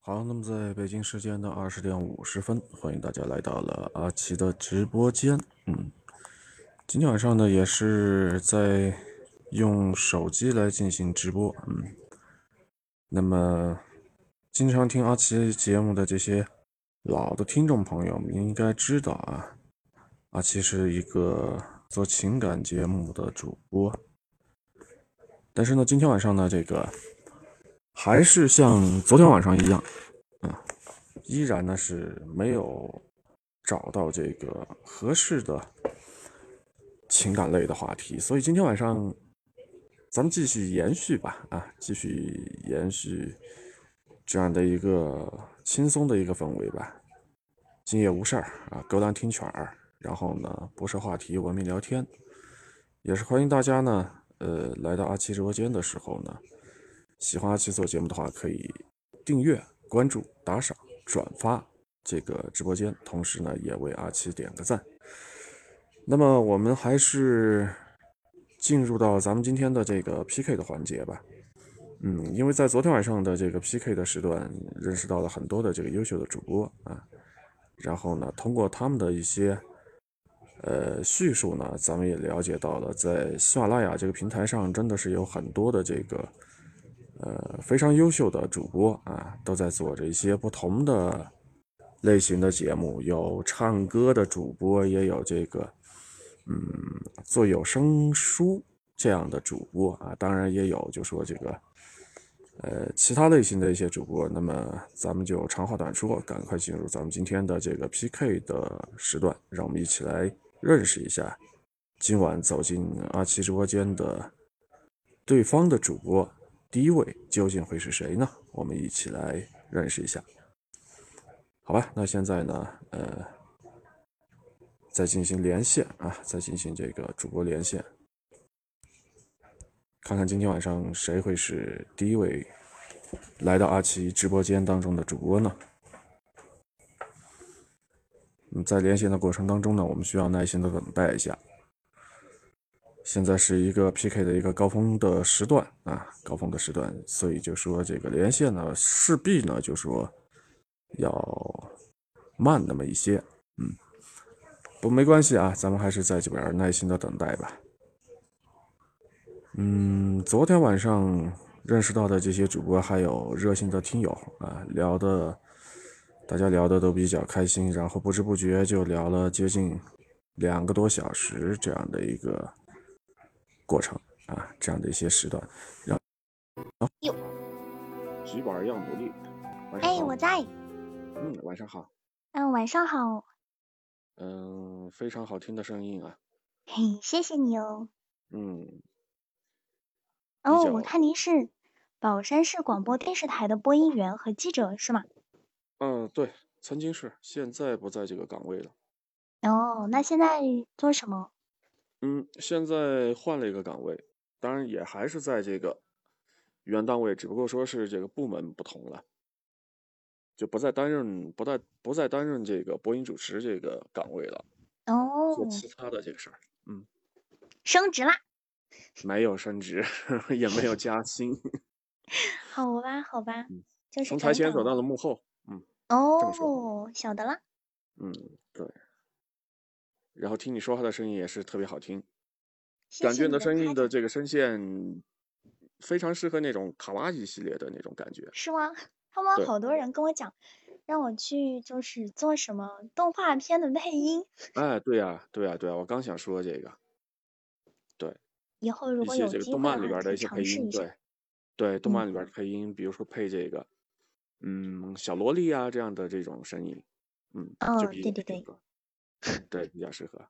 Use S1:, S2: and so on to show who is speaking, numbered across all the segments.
S1: 好，那么在北京时间的二十点五十分，欢迎大家来到了阿奇的直播间。嗯，今天晚上呢也是在用手机来进行直播。嗯，那么经常听阿奇节目的这些老的听众朋友们应该知道啊，阿奇是一个做情感节目的主播。但是呢，今天晚上呢，这个还是像昨天晚上一样，依然呢是没有找到这个合适的情感类的话题，所以今天晚上咱们继续延续吧，啊，继续延续这样的一个轻松的一个氛围吧。今夜无事儿啊，勾当听曲儿，然后呢不是话题，文明聊天，也是欢迎大家呢，呃，来到阿奇直播间的时候呢，喜欢阿奇做节目的话，可以订阅、关注、打赏、转发这个直播间，同时呢也为阿奇点个赞。那么我们还是进入到咱们今天的这个 PK 的环节吧。嗯，因为在昨天晚上的这个 PK 的时段，认识到了很多的这个优秀的主播啊，然后呢，通过他们的一些呃叙述呢，咱们也了解到了，在喜马拉雅这个平台上，真的是有很多的这个呃非常优秀的主播啊，都在做着一些不同的类型的节目，有唱歌的主播，也有这个嗯做有声书这样的主播啊，当然也有就说这个。呃，其他类型的一些主播，那么咱们就长话短说，赶快进入咱们今天的这个 PK 的时段，让我们一起来认识一下今晚走进阿奇直播间的对方的主播，第一位究竟会是谁呢？我们一起来认识一下，好吧？那现在呢，呃，再进行连线啊，再进行这个主播连线，看看今天晚上谁会是第一位来到阿奇直播间当中的主播呢？嗯，在连线的过程当中呢，我们需要耐心的等待一下。现在是一个 PK 的一个高峰的时段啊，高峰的时段，所以就说这个连线呢，势必呢就说要慢那么一些，嗯，不没关系啊，咱们还是在这边儿耐心的等待吧。嗯，昨天晚上认识到的这些主播，还有热心的听友啊，聊的大家聊的都比较开心，然后不知不觉就聊了接近两个多小时这样的一个过程啊，这样的一些时段，然后
S2: 哟，
S1: 局板要努力，晚上
S2: 哎，
S1: 好，
S2: 我在。
S1: 嗯，晚上好，
S2: 嗯，晚上好。
S1: 嗯，非常好听的声音啊，
S2: 嘿，谢谢你哦。
S1: 嗯，
S2: 哦，
S1: 较
S2: 我看您是宝山市广播电视台的播音员和记者是吗？
S1: 嗯，对，曾经是，现在不在这个岗位了。
S2: 哦，那现在做什么？
S1: 嗯，现在换了一个岗位，当然也还是在这个原单位，只不过说是这个部门不同了，就不再担任不再不再担任这个播音主持这个岗位了，
S2: 哦，
S1: 做其他的这个事儿，
S2: 升职啦。
S1: 没有升职， 也没有加薪，
S2: 好吧，好吧
S1: 嗯，
S2: 就是
S1: 从台
S2: 成
S1: 前走
S2: 长
S1: 到了幕后。嗯正式
S2: 哦，晓得了。
S1: 嗯，对。然后听你说话的声音也是特别好听，
S2: 谢
S1: 感
S2: 谢
S1: 觉你的声音
S2: 夸
S1: 的
S2: 奖
S1: 这个声线非常适合那种卡哇伊系列的那种感觉。
S2: 是吗？他们
S1: 对
S2: 好多人跟我讲，让我去就是做什么动画片的配音，
S1: 哎，对呀，对呀，对呀，我刚想说这个，对，
S2: 以后如
S1: 一
S2: 果
S1: 些
S2: 有
S1: 这个
S2: 机
S1: 动
S2: 会
S1: 漫里
S2: 的话
S1: 边儿的
S2: 可
S1: 一
S2: 以
S1: 些配
S2: 尝试
S1: 音，
S2: 一下。
S1: 对，对，动漫
S2: 嗯
S1: 里边儿的配音，比如说配这个，嗯，小萝莉啊这样的这种声音，嗯，就
S2: 哦，
S1: 比较
S2: 对对对，
S1: 适合， 对，比较适合。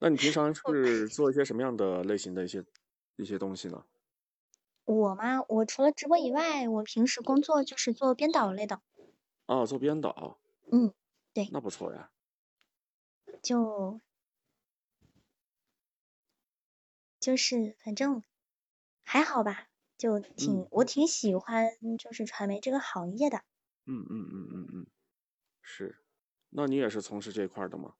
S1: 那你平常是做一些什么样的类型的一些一些东西呢？
S2: 我嘛，我除了直播以外，我平时工作就是做编导类的，
S1: 哦，做编导，
S2: 嗯，对
S1: 那不错呀。
S2: 就就是反正还好吧，就挺我挺喜欢就是传媒这个行业的。
S1: 嗯嗯嗯嗯嗯，是。那你也是从事这块儿的吗？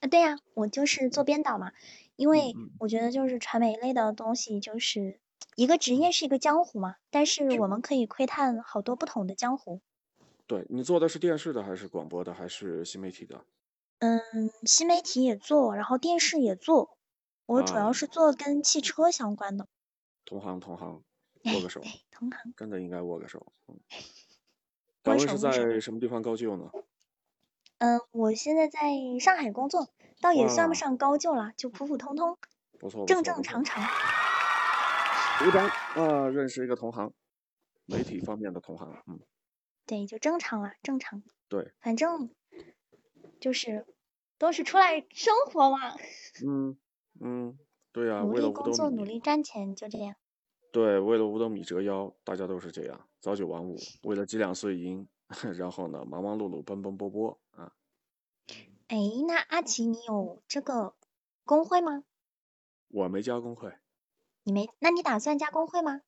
S2: 啊，对呀，我就是做编导嘛，因为
S1: 嗯
S2: 我觉得就是传媒类的东西，就是一个职业是一个江湖嘛，但是我们可以窥探好多不同的江湖。
S1: 对你做的是电视的，还是广播的，还是新媒体的？
S2: 嗯，新媒体也做，然后电视也做，我主要
S1: 啊
S2: 是做跟汽车相关的。
S1: 同行同行，
S2: 哎
S1: 握个手，
S2: 哎，同行，
S1: 真的应该握个手。嗯，
S2: 握
S1: 敢
S2: 手
S1: 问是
S2: 握手。
S1: 在什么地方高就呢？
S2: 嗯，我现在在上海工作，倒也算不
S1: 哇，
S2: 上高就啦，就普普通通，
S1: 不错不
S2: 正
S1: 错
S2: 正
S1: 不错，
S2: 常常。
S1: 鼓掌啊！认识一个同行，媒体方面的同行。嗯，
S2: 对，就正常啦，正常。
S1: 对，
S2: 反正就是都是出来生活嘛，
S1: 嗯嗯，对呀、
S2: 努
S1: 为了
S2: 力
S1: 五
S2: 工
S1: 斗
S2: 作，努
S1: 米，
S2: 力赚钱，就这样。
S1: 对，为了五斗米折腰，大家都是这样，早九晚五，为了几两碎银， 然后呢，忙忙碌碌，奔奔波波啊。
S2: 哎，那阿奇，你有这个工会吗？
S1: 我没加工会，
S2: 你没？那你打算加工会吗？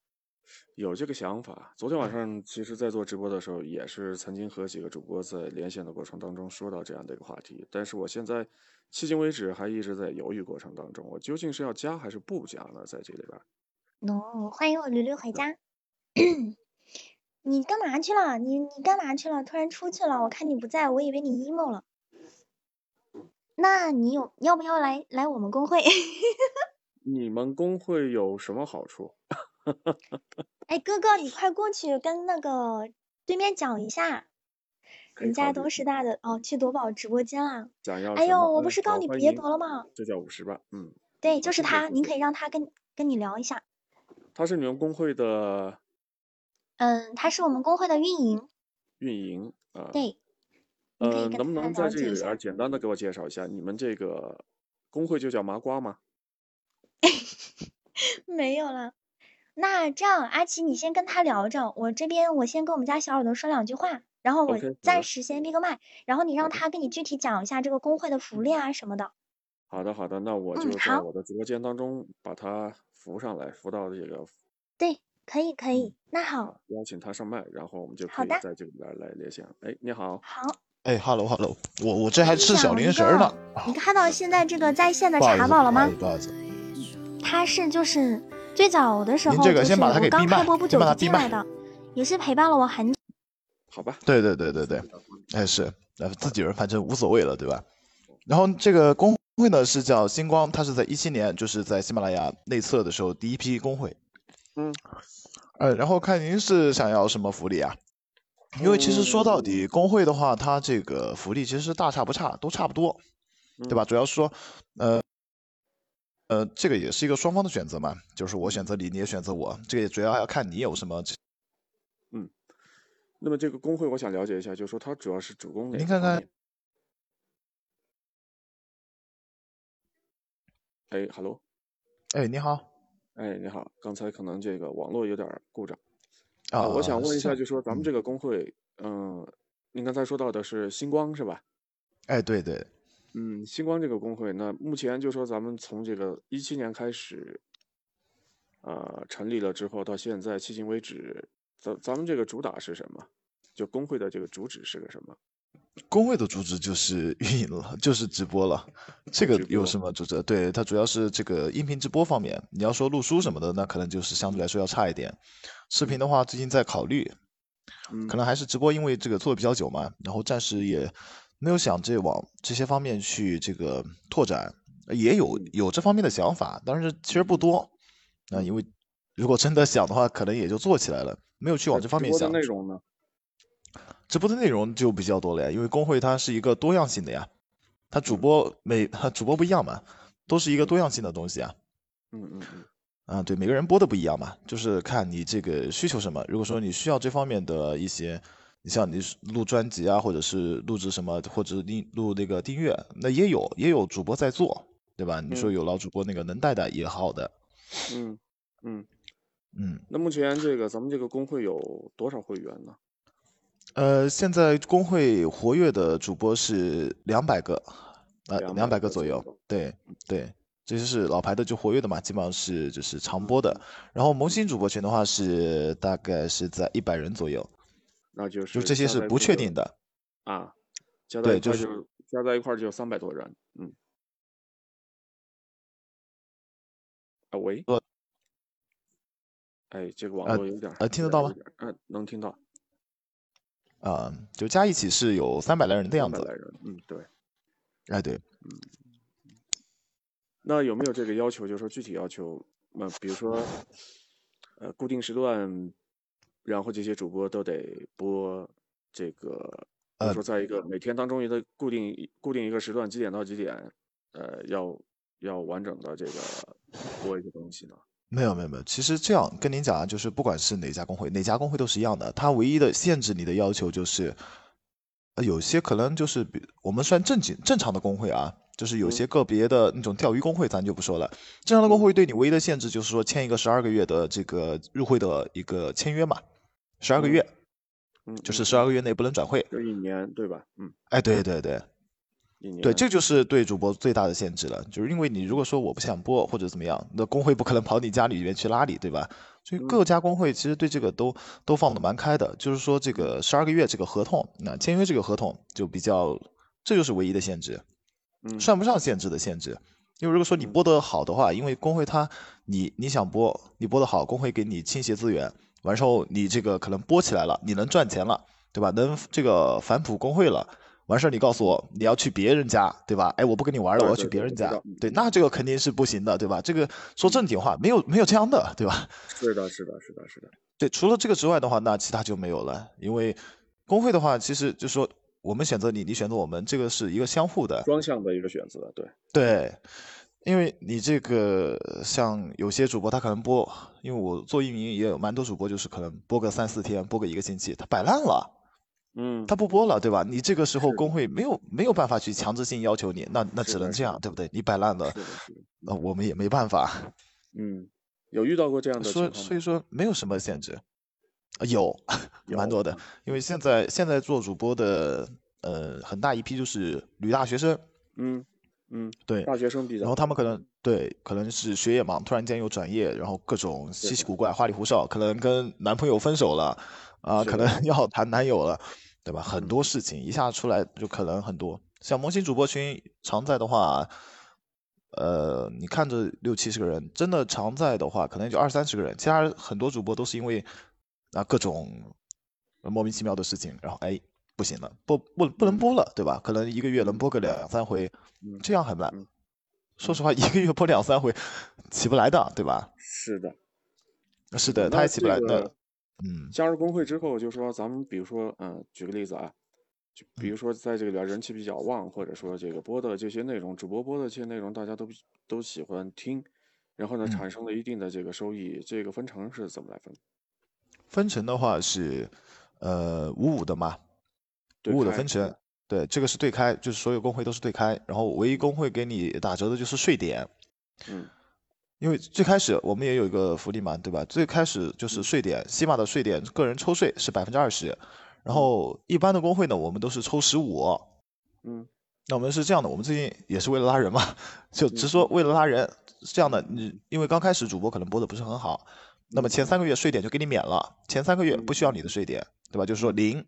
S1: 有这个想法。昨
S2: 嗯
S1: 天晚上，其实在做直播的时候，也是曾经和几个主播在连线的过程当中说到这样的一个话题。但是我现在迄今为止还一直在犹豫过程当中，我究竟是要加还是不加呢？在这里边儿，
S2: 喏，哦欢迎我驴驴回
S1: 对，
S2: 家。 你干嘛去了？你你干嘛去了？突然出去了，我看你不在，我以为你 emo 了。那你有要不要来来我们工会？
S1: 你们工会有什么好处？
S2: 哎，哥哥，你快过去跟那个对面讲一下，
S1: 可以
S2: 人
S1: 考
S2: 家
S1: 虑
S2: 都是大的哦，去夺宝直播间啦。
S1: 想要
S2: 哎
S1: 什么？
S2: 呦，我不
S1: 嗯，
S2: 是告
S1: 好，
S2: 你
S1: 欢
S2: 别
S1: 迎，
S2: 夺了吗？
S1: 这叫五十吧。嗯，
S2: 对，
S1: 啊，
S2: 就是
S1: 谢谢
S2: 他，
S1: 谢
S2: 您
S1: 谢。
S2: 可以让他跟跟你聊一下。
S1: 他是你们工会的
S2: 嗯，他是我们工会的运营，
S1: 运营啊，
S2: 对，您可以
S1: 呃，
S2: 跟
S1: 能
S2: 他
S1: 不能在
S2: 了
S1: 这
S2: 解
S1: 里
S2: 一
S1: 边儿
S2: 下。
S1: 简单的给我介绍一下，你们这个工会就叫麻瓜吗？
S2: 没有啦。那这样，阿奇，你先跟他聊着，我这边我先跟我们家小耳朵说两句话，然后我
S1: OK，好
S2: 暂
S1: 的，
S2: 时先闭个麦，然后你
S1: 好
S2: 让
S1: 的。
S2: 他跟你具体讲一下这个工会的福利啊什么的。
S1: 好的，好的，那我
S2: 嗯，
S1: 就在
S2: 好，
S1: 我的直播间当中把他扶上来，扶到这个，
S2: 对，可以，可
S1: 嗯，
S2: 以，那好，
S1: 好，邀请他上麦，然后我们就可
S2: 好
S1: 以
S2: 的，
S1: 在这里边儿来连线。哎，你好，
S2: 好。
S3: 哎，hello hello，我我这
S2: 我
S3: 还
S2: 跟你
S3: 吃小
S2: 讲一
S3: 零食儿呢，
S2: 个，你看到现在这个在线的
S3: 不好意
S2: 茶
S3: 思
S2: 宝了
S3: 不好
S2: 吗？
S3: 意思不好意思，
S2: 他是就是最早的时
S3: 您
S2: 候，
S3: 这个
S2: 就
S3: 先把
S2: 是
S3: 它
S2: 我
S3: 给
S2: 刚
S3: 闭
S2: 开
S3: 麦，
S2: 播不
S3: 先
S2: 久
S3: 把
S2: 就
S3: 它闭
S2: 进来
S3: 麦。
S2: 的，也是陪伴了我很久。
S1: 好吧，
S3: 对对对对
S1: 自
S3: 对，
S1: 己的婚礼，
S3: 哎是，呃自己人反正无所谓了，对吧？然后这个工会呢是叫星光，它是在一七年就是在喜马拉雅内测的时候第一批工会，
S1: 嗯
S3: 呃，然后看您是想要什么福利啊？因为其实说到
S1: 嗯
S3: 底，工会的话，它这个福利其实大差不差，都差不多，对吧？
S1: 嗯
S3: 主要是说，呃。呃，这个也是一个双方的选择嘛，就是我选择你，你也选择我，这个也主要要看你有什么。
S1: 嗯。那么这个工会，我想了解一下，就是说它主要是主攻哪
S3: 您
S1: 个
S3: 看
S1: 方
S3: 看，
S1: 面？哎，hello，
S3: 哎，你好，
S1: 哎，你好，刚才可能这个网络有点儿故障。
S3: 啊
S1: 呃，我
S3: 啊
S1: 想
S3: 啊，
S1: 问
S3: 是这
S1: 一下，
S3: 样，
S1: 就说咱们
S3: 嗯，
S1: 这个工会，嗯，您刚才说到的是星光是吧？
S3: 哎，对对，
S1: 嗯，星光这个工会，那目前就说咱们从这个一七年开始，呃，成立了之后，到现在迄今为止，咱咱们这个主打是什么？就工会的这个主旨是个什么？
S3: 工会的主旨就是运营了，就是直播了。这个
S1: 直
S3: 有
S1: 播。
S3: 什么主旨？对，它主要是这个音频直播方面。你要说录书什
S1: 嗯
S3: 么的，那可能就是相对
S1: 嗯
S3: 来说要差一点。视频
S1: 嗯
S3: 的话，最近在考虑，可
S1: 嗯
S3: 能还是直播，因为这个做的比较久嘛，然后暂时也没有想这往这些方面去这个拓展，呃也有
S1: 嗯
S3: 有这方面的想法，但是其实不多。那、
S1: 嗯，
S3: 因为如果真的想的话，可能也就做起来了，没有去
S1: 那
S3: 往这方
S1: 直
S3: 面
S1: 播的
S3: 想。
S1: 内容呢？
S3: 直播的内容就比较多了呀，因为工会它是一个多样性的呀，它主
S1: 嗯
S3: 播每主播不一样嘛，都是一个
S1: 嗯
S3: 多样性的东西啊。
S1: 嗯嗯嗯
S3: 啊，对，每个人播的不一样嘛，就是看你这个需求什么。如果说你需要这方面的一些，你像你是录专辑啊，或者是录制什么，或者你录那个订阅，那也有也有主播在做，对吧？你说
S1: 嗯
S3: 有老主播那个能带带也好的，
S1: 嗯嗯。
S3: 嗯，
S1: 那目前这个咱们这个工会有多少会员呢？
S3: 呃，现在工会活跃的主播是两百个，呃，
S1: 两
S3: 两
S1: 百
S3: 百个
S1: 个
S3: 左
S1: 左
S3: 右。
S1: 右。嗯
S3: 对对，这就是老牌的就活跃的嘛，基本上是就是常播的。
S1: 嗯
S3: 然后萌
S1: 嗯，
S3: 新主播群的话是大概是在一百人左右，
S1: 那就
S3: 就是这些
S1: 加
S3: 是
S1: 在一
S3: 不
S1: 块儿
S3: 确
S1: 就
S3: 定的。
S1: 啊，加在
S3: 对，
S1: 一
S3: 就
S1: 块儿
S3: 是
S1: 就加在一块儿就三百多人。嗯，啊喂，哎，这个网
S3: 呃
S1: 络有点儿
S3: 呃听得
S1: 有
S3: 到
S1: 点儿
S3: 吗
S1: 有点儿嗯，能听到。
S3: 啊、就加一起是有三百来人的样
S1: 300
S3: 子。
S1: 来人，嗯，对。
S3: 哎，对，
S1: 那有没有这个要求？就是说具体要求，那比如说，呃，固定时段，然后这些主播都得播这个，比如
S3: 呃
S1: 说在一个每天当中一个固定一固定一个时段，几点到几点，呃，要要完整的这个播一些东西呢？
S3: 没有没有没有，其实这样跟您讲啊，就是不管是哪家工会，哪家工会都是一样的，它唯一的限制你的要求就是，呃，有些可能就是比我们算正经正常的工会啊，就是有
S1: 嗯
S3: 些个别的那种钓鱼工会，咱就不说了。正常的工会对你唯一的限制就是说签一个十二个月的这个入会的一个签约嘛，十二个
S1: 嗯
S3: 月，
S1: 嗯，
S3: 就是
S1: 嗯
S3: 十二个月内不能转会。
S1: 就一年，对吧？嗯，
S3: 哎，对对对，
S1: 一年。
S3: 对，这就是对主播最大的限制了，就是因为你如果说我不想播或者怎么样，那工会不可能跑你家里面去拉你，对吧？所以各家工会其实对这个都都放的蛮开的，就是说这个十二个月这个合同，那签约这个合同就比较，这就是唯一的限制，
S1: 嗯
S3: 算不上限制的限制。因为如果说你播的好的话，因为工会它你你想播，你播的好，工会给你倾斜资源，完之后你这个可能播起来了，你能赚钱了，对吧？能这个反哺工会了。完事儿，你告诉我你要去别人家，对吧？哎，我不跟你玩了，
S1: 对
S3: 我要
S1: 对
S3: 去别
S1: 对嗯
S3: 人
S1: 我知
S3: 家
S1: 道，
S3: 对，那这个肯定是不行的，对吧？这个说正经话，没有没有这样的，对吧？
S1: 是的，是的，是的，是的。
S3: 对，除了这个之外的话，那其他就没有了。因为工会的话，其实就说我们选择你，你选择我们，这个是一个相互的，
S1: 双向的一个选择，对，
S3: 对，因为你这个呃像有些主播他可能播，因为我做运营也有蛮多主播，就是可能播个三四天，播个一个星期，他摆烂了，
S1: 嗯，
S3: 他不播了，对吧？你这个时候
S1: 是的
S3: 工会没有没有办法去强制性要求你，那那
S1: 是
S3: 只
S1: 的
S3: 能这
S1: 是
S3: 样，对不对？你摆烂了
S1: 是，的，是的，
S3: 那我们也没办法。
S1: 嗯，有遇到过这样的情
S3: 所以
S1: 况
S3: 所以
S1: 吗？
S3: 说没有什么限制，啊有蛮
S1: 有嗯
S3: 多的，因为现在现在做主播的呃很大一批就是女大学生，
S1: 嗯嗯，
S3: 对，
S1: 大学生比
S3: 然
S1: 较
S3: 后他们可能对，可能是学业忙，突然间又转业，然后各种稀奇
S1: 的
S3: 古怪、花里胡哨，可能跟男朋友分手了，啊、
S1: 是
S3: 可
S1: 的
S3: 能 要谈男友了，对吧？很
S1: 嗯
S3: 多事情一下出来就可能很多。像萌新主播群常在的话，呃，你看着六七十个人，真的常在的话，可能就二三十个人，其他很多主播都是因为啊、各种莫名其妙的事情，然后哎不行了，播不不能播了，对吧？可能一个月能播个两三回，
S1: 嗯
S3: 这样很烂。
S1: 嗯
S3: 说实话，一个月播两三回，起不来的，对吧？
S1: 是的，
S3: 是的，
S1: 那
S3: 他也起不
S1: 这
S3: 来的
S1: 个。
S3: 嗯，
S1: 加入工会之后，就说咱们比如说，嗯，举个例子啊，就比
S3: 嗯
S1: 如说在这个里边人气比较旺，或者说这个播的这些内容，主播播的这些内容，大家都比都喜欢听，然后呢，
S3: 嗯
S1: 产生了一定的这个收益，这个分成是怎么来分？
S3: 分成的话是，呃，五五的嘛，
S1: 对
S3: 五五的
S1: 开
S3: 分成。对，这个是对开，就是所有工会都是对开，然后唯一工会给你打折的就是税点，
S1: 嗯
S3: 因为最开始我们也有一个福利嘛，对吧？最开始
S1: 嗯
S3: 就是税点，西马的税点个人抽税是百分之二十，然后一般的工会呢，我们都是抽十五。
S1: 嗯
S3: 那我们是这样的，我们最近也是为了拉人嘛，就
S1: 嗯
S3: 直说为了拉人是这样的。你因为刚开始主播可能播的不是很好，那么前
S1: 嗯
S3: 三个月税点就给你免了，前三个月不需要你的税点，对吧？就是说零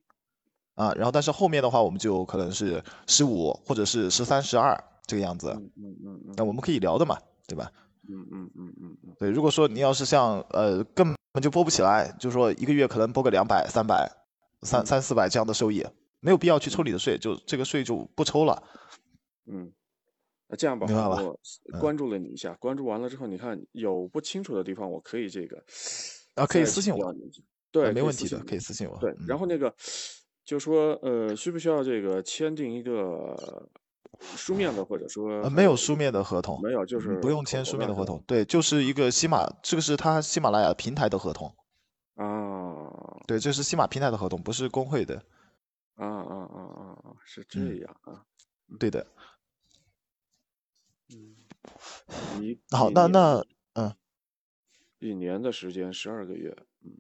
S3: 啊，然后但是后面的话我们就可能是十五或者是十三、十二这个样子，
S1: 嗯嗯嗯嗯
S3: 那我们可以聊的嘛，对吧？
S1: 嗯嗯嗯嗯嗯，
S3: 对，如果说你要是像呃根本就播不起来，就说一个月可能播个两百、三百、
S1: 嗯
S3: 三三四百这样的收益，没有必要去抽你的税，就这个税就不抽了。
S1: 嗯，那这样吧，
S3: 明白嗯吧
S1: 我关注了你一下，关注完了之后，你看有不清楚的地方，我可以这个
S3: 啊可以
S1: 再
S3: 私
S1: 请
S3: 信我
S1: 教你一下，对，
S3: 呃没
S1: 可以
S3: 问
S1: 私
S3: 题的，
S1: 信
S3: 可以
S1: 你
S3: 私信我。
S1: 对，
S3: 嗯
S1: 然后那个就说呃，需不需要这个签订一个书面的，或者说
S3: 呃，没有书面的合同，
S1: 没有，就
S3: 嗯
S1: 是
S3: 不用
S1: 口
S3: 签
S1: 头
S3: 书面的
S1: 的
S3: 合
S1: 是吧
S3: 同。对，就是一个喜马，这个是它喜马拉雅平台的合同。
S1: 啊
S3: 对，这是喜马平台的合同，不是工会的。
S1: 啊啊啊啊啊，是这
S3: 嗯
S1: 样啊，
S3: 对的。
S1: 嗯，一
S3: 好，
S1: 一
S3: 那
S1: 年
S3: 那
S1: 一年的时间，十二个月，嗯，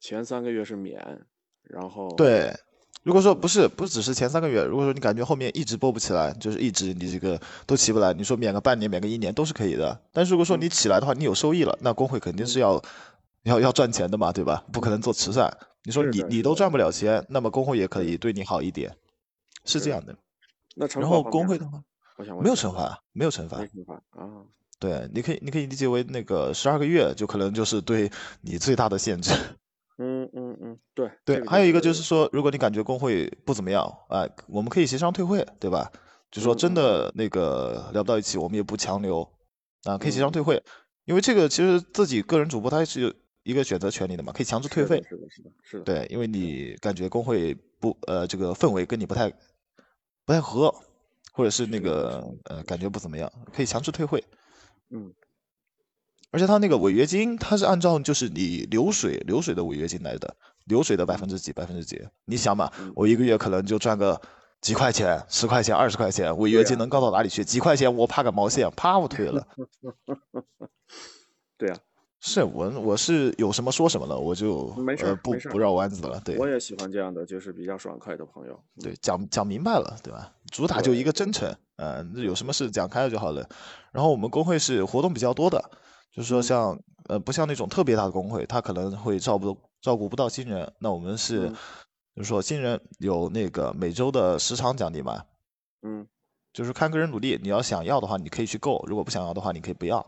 S1: 前三个月是免，然后
S3: 对，如果说不是不只是前三个月，如果说你感觉后面一直播不起来，就是一直你这个都起不来，你说免个半年、免个一年都是可以的。但是如果说你起来的话，你有收益了，那工会肯定是要要要赚钱的嘛，对吧？不可能做慈善。你说
S1: 是
S3: 你
S1: 的
S3: 你
S1: 是
S3: 都
S1: 的
S3: 赚不了钱，那么工会也可
S1: 是
S3: 以对你好一点，是这
S1: 是的
S3: 样的。
S1: 那惩
S3: 然
S1: 罚
S3: 后
S1: 方面
S3: 工会
S1: 呢
S3: 的话，
S1: 我想问
S3: 没有
S1: 一下
S3: 惩罚，没有惩罚
S1: 没。惩罚啊，
S3: 对，你可以你可以理解为那个十二个月就可能就是对你最大的限制。
S1: 嗯嗯嗯，对
S3: 对，
S1: 这
S3: 还有一个就是说，如果你感觉工会不怎么样，哎、我们可以协商退会，对吧？就说真的那个聊不到一起，我们也不强留，啊、可以协商退会，因为这个其实自己个人主播他是有一个选择权利的嘛，可以强制退
S1: 是的
S3: 费。
S1: 是的，是的，是的，
S3: 对，因为你感觉工会不呃这个氛围跟你不太不太合，或者是那
S1: 是的
S3: 个呃感觉不怎么样，可以强制退会。
S1: 嗯，
S3: 而且他那个违约金，他是按照就是你流水流水的违约金来的，流水的百分之几百分之几。你想嘛
S1: 嗯，
S3: 我一个月可能就赚个几块钱、十块钱、二十块钱，违
S1: 对啊
S3: 约
S1: 呀
S3: 金能高到哪里去？几块钱我怕个毛线，啪我退了。
S1: 对啊，
S3: 是我我是有什么说什么了，我就
S1: 没事
S3: 呃
S1: 儿
S3: 不
S1: 没事儿
S3: 不绕弯子了，对
S1: 我也喜欢这样的，就是比较爽快的朋友。嗯
S3: 对，讲讲明白了，对吧？主打就一
S1: 对
S3: 个真诚，嗯、有什么事讲开了就好了。然后我们工会是活动比较多的，就是
S1: 嗯
S3: 说像呃不像那种特别大的工会，他可能会照顾照顾不到新人，那我们是、
S1: 嗯
S3: 就是说新人有那个每周的时长奖励嘛，
S1: 嗯
S3: 就是看个人努力，你要想要的话，你可以去够；如果不想要的话，你可以不要。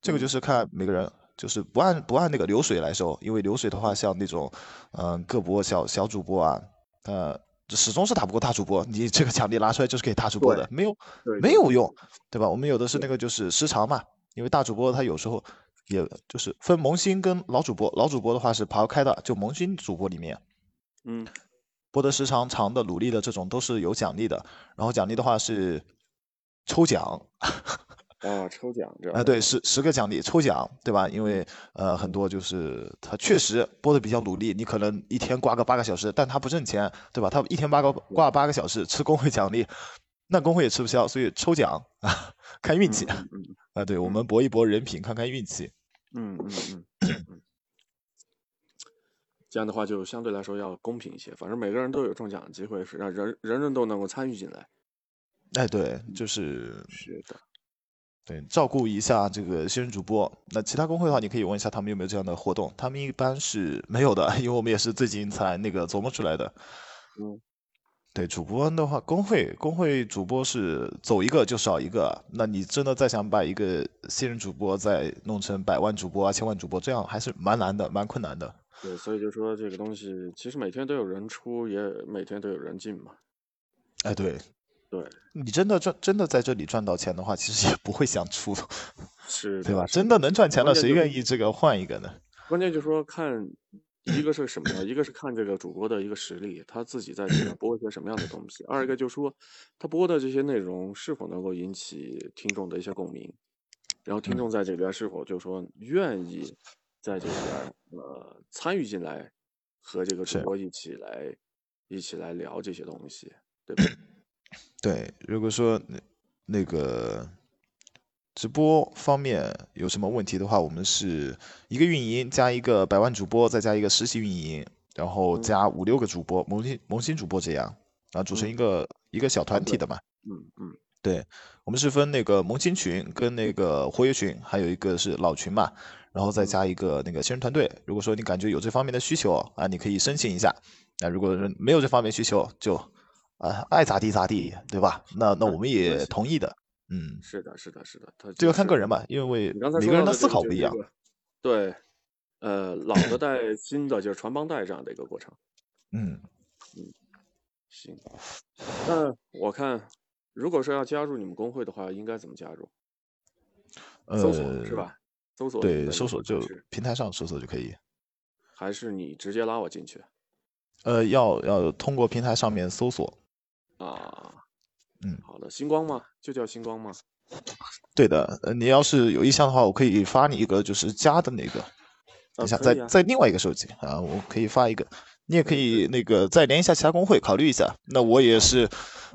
S3: 这
S1: 嗯
S3: 个就是看每个人，就是不按不按那个流水来收，因为流水的话，像那种嗯、呃各播小小主播啊，呃，这始终是打不过大主播。你这个奖励拿出来就是给大主播的，没有
S1: 对
S3: 没有用，对吧？我们有的是那个就是时长嘛，因为大主播他有时候也就是分萌新跟老主播，老主播的话是刨开的，就萌新主播里面。
S1: 嗯
S3: 播的时长长的、努力的这种都是有奖励的。然后奖励的话是抽奖，
S1: 啊，抽奖这样
S3: 啊，对，十十个奖励抽奖，对吧？因为呃，很多就是他确实播的比较努力，你可能一天挂个八个小时，但他不挣钱，对吧？他一天八个挂八个小时，吃工会奖励，那工会也吃不消，所以抽奖 啊，看运气啊、
S1: 嗯嗯
S3: 对，我们搏一搏人品，看看运气。
S1: 嗯嗯嗯嗯，这样的话就相对来说要公平一些，反正每个人都有中奖的机会，是让人人人都能够参与进来。
S3: 哎，对，就是
S1: 是的，
S3: 对，照顾一下这个新人主播。那其他工会的话，你可以问一下他们有没有这样的活动，他们一般是没有的，因为我们也是最近才那个琢磨出来的。
S1: 嗯，
S3: 对，主播的话，工会工会主播是走一个就少一个。那你真的再想把一个新人主播再弄成百万主播啊、千万主播，这样还是蛮难的，蛮困难的。
S1: 对，所以就说这个东西，其实每天都有人出，也每天都有人进嘛。
S3: 哎，对，
S1: 对，
S3: 你真的赚真的在这里赚到钱的话，其实也不会想出，
S1: 是
S3: 对
S1: 的
S3: 吧？
S1: 是
S3: 真的能赚钱了，
S1: 关键
S3: 谁
S1: 就是
S3: 愿意这个换一个呢？
S1: 关键就是 说看，一个是什么呢？一个是看这个主播的一个实力，他自己在里面播一些什么样的东西；二一个就是说，他播的这些内容是否能够引起听众的一些共鸣，然后
S3: 嗯
S1: 听众在这里边是否就说愿意在这里边呃参与进来，和这个主
S3: 是
S1: 播一起来一起来聊这些东西，对吧？
S3: 对，如果说那那个直播方面有什么问题的话，我们是一个运营加一个百万主播，再加一个实习运营，然后
S1: 嗯
S3: 加五六个主播，萌新萌新主播这样，然后组成一个一个小团体的嘛。
S1: 嗯嗯
S3: 我们是分那个萌新群跟那个活跃群，还有一个是老群嘛，然后再
S1: 嗯
S3: 加一个那个新人团队。如果说你感觉有这方面的需求啊，你可以申请一下。那如果是没有这方面需求，就啊爱咋地咋地，对吧？那那我们也同意的。嗯，
S1: 是的，是的，是的，他
S3: 这个
S1: 就
S3: 看
S1: 是
S3: 个人吧，因为
S1: 你刚才
S3: 每
S1: 说
S3: 个人
S1: 到
S3: 的
S1: 这
S3: 思
S1: 个
S3: 考
S1: 就
S3: 不
S1: 是
S3: 一
S1: 这
S3: 样。
S1: 个对，呃，老的带新的，就是传帮带这样的一个过程。
S3: 嗯，
S1: 行，那我看，如果说要加入你们工会的话，应该怎么加入？搜索
S3: 呃，
S1: 是？吧？搜索你
S3: 对，
S1: 的
S3: 搜
S1: 那
S3: 索
S1: 个
S3: 就
S1: 方式
S3: 平台上搜索就可以。
S1: 还是你直接拉我进去
S3: 呃，要要通过平台上面搜索。
S1: 啊？
S3: 嗯
S1: 好的，星光吗？就叫星光吗？
S3: 对的，呃，你要是有意向的话，我可以发你一个就是加的那个，等一下
S1: 可
S3: 再
S1: 以啊嗯
S3: 再另外一个手机啊，我可以发一个，你也可以那个再联系一下其他工会，考虑一下。那我也是，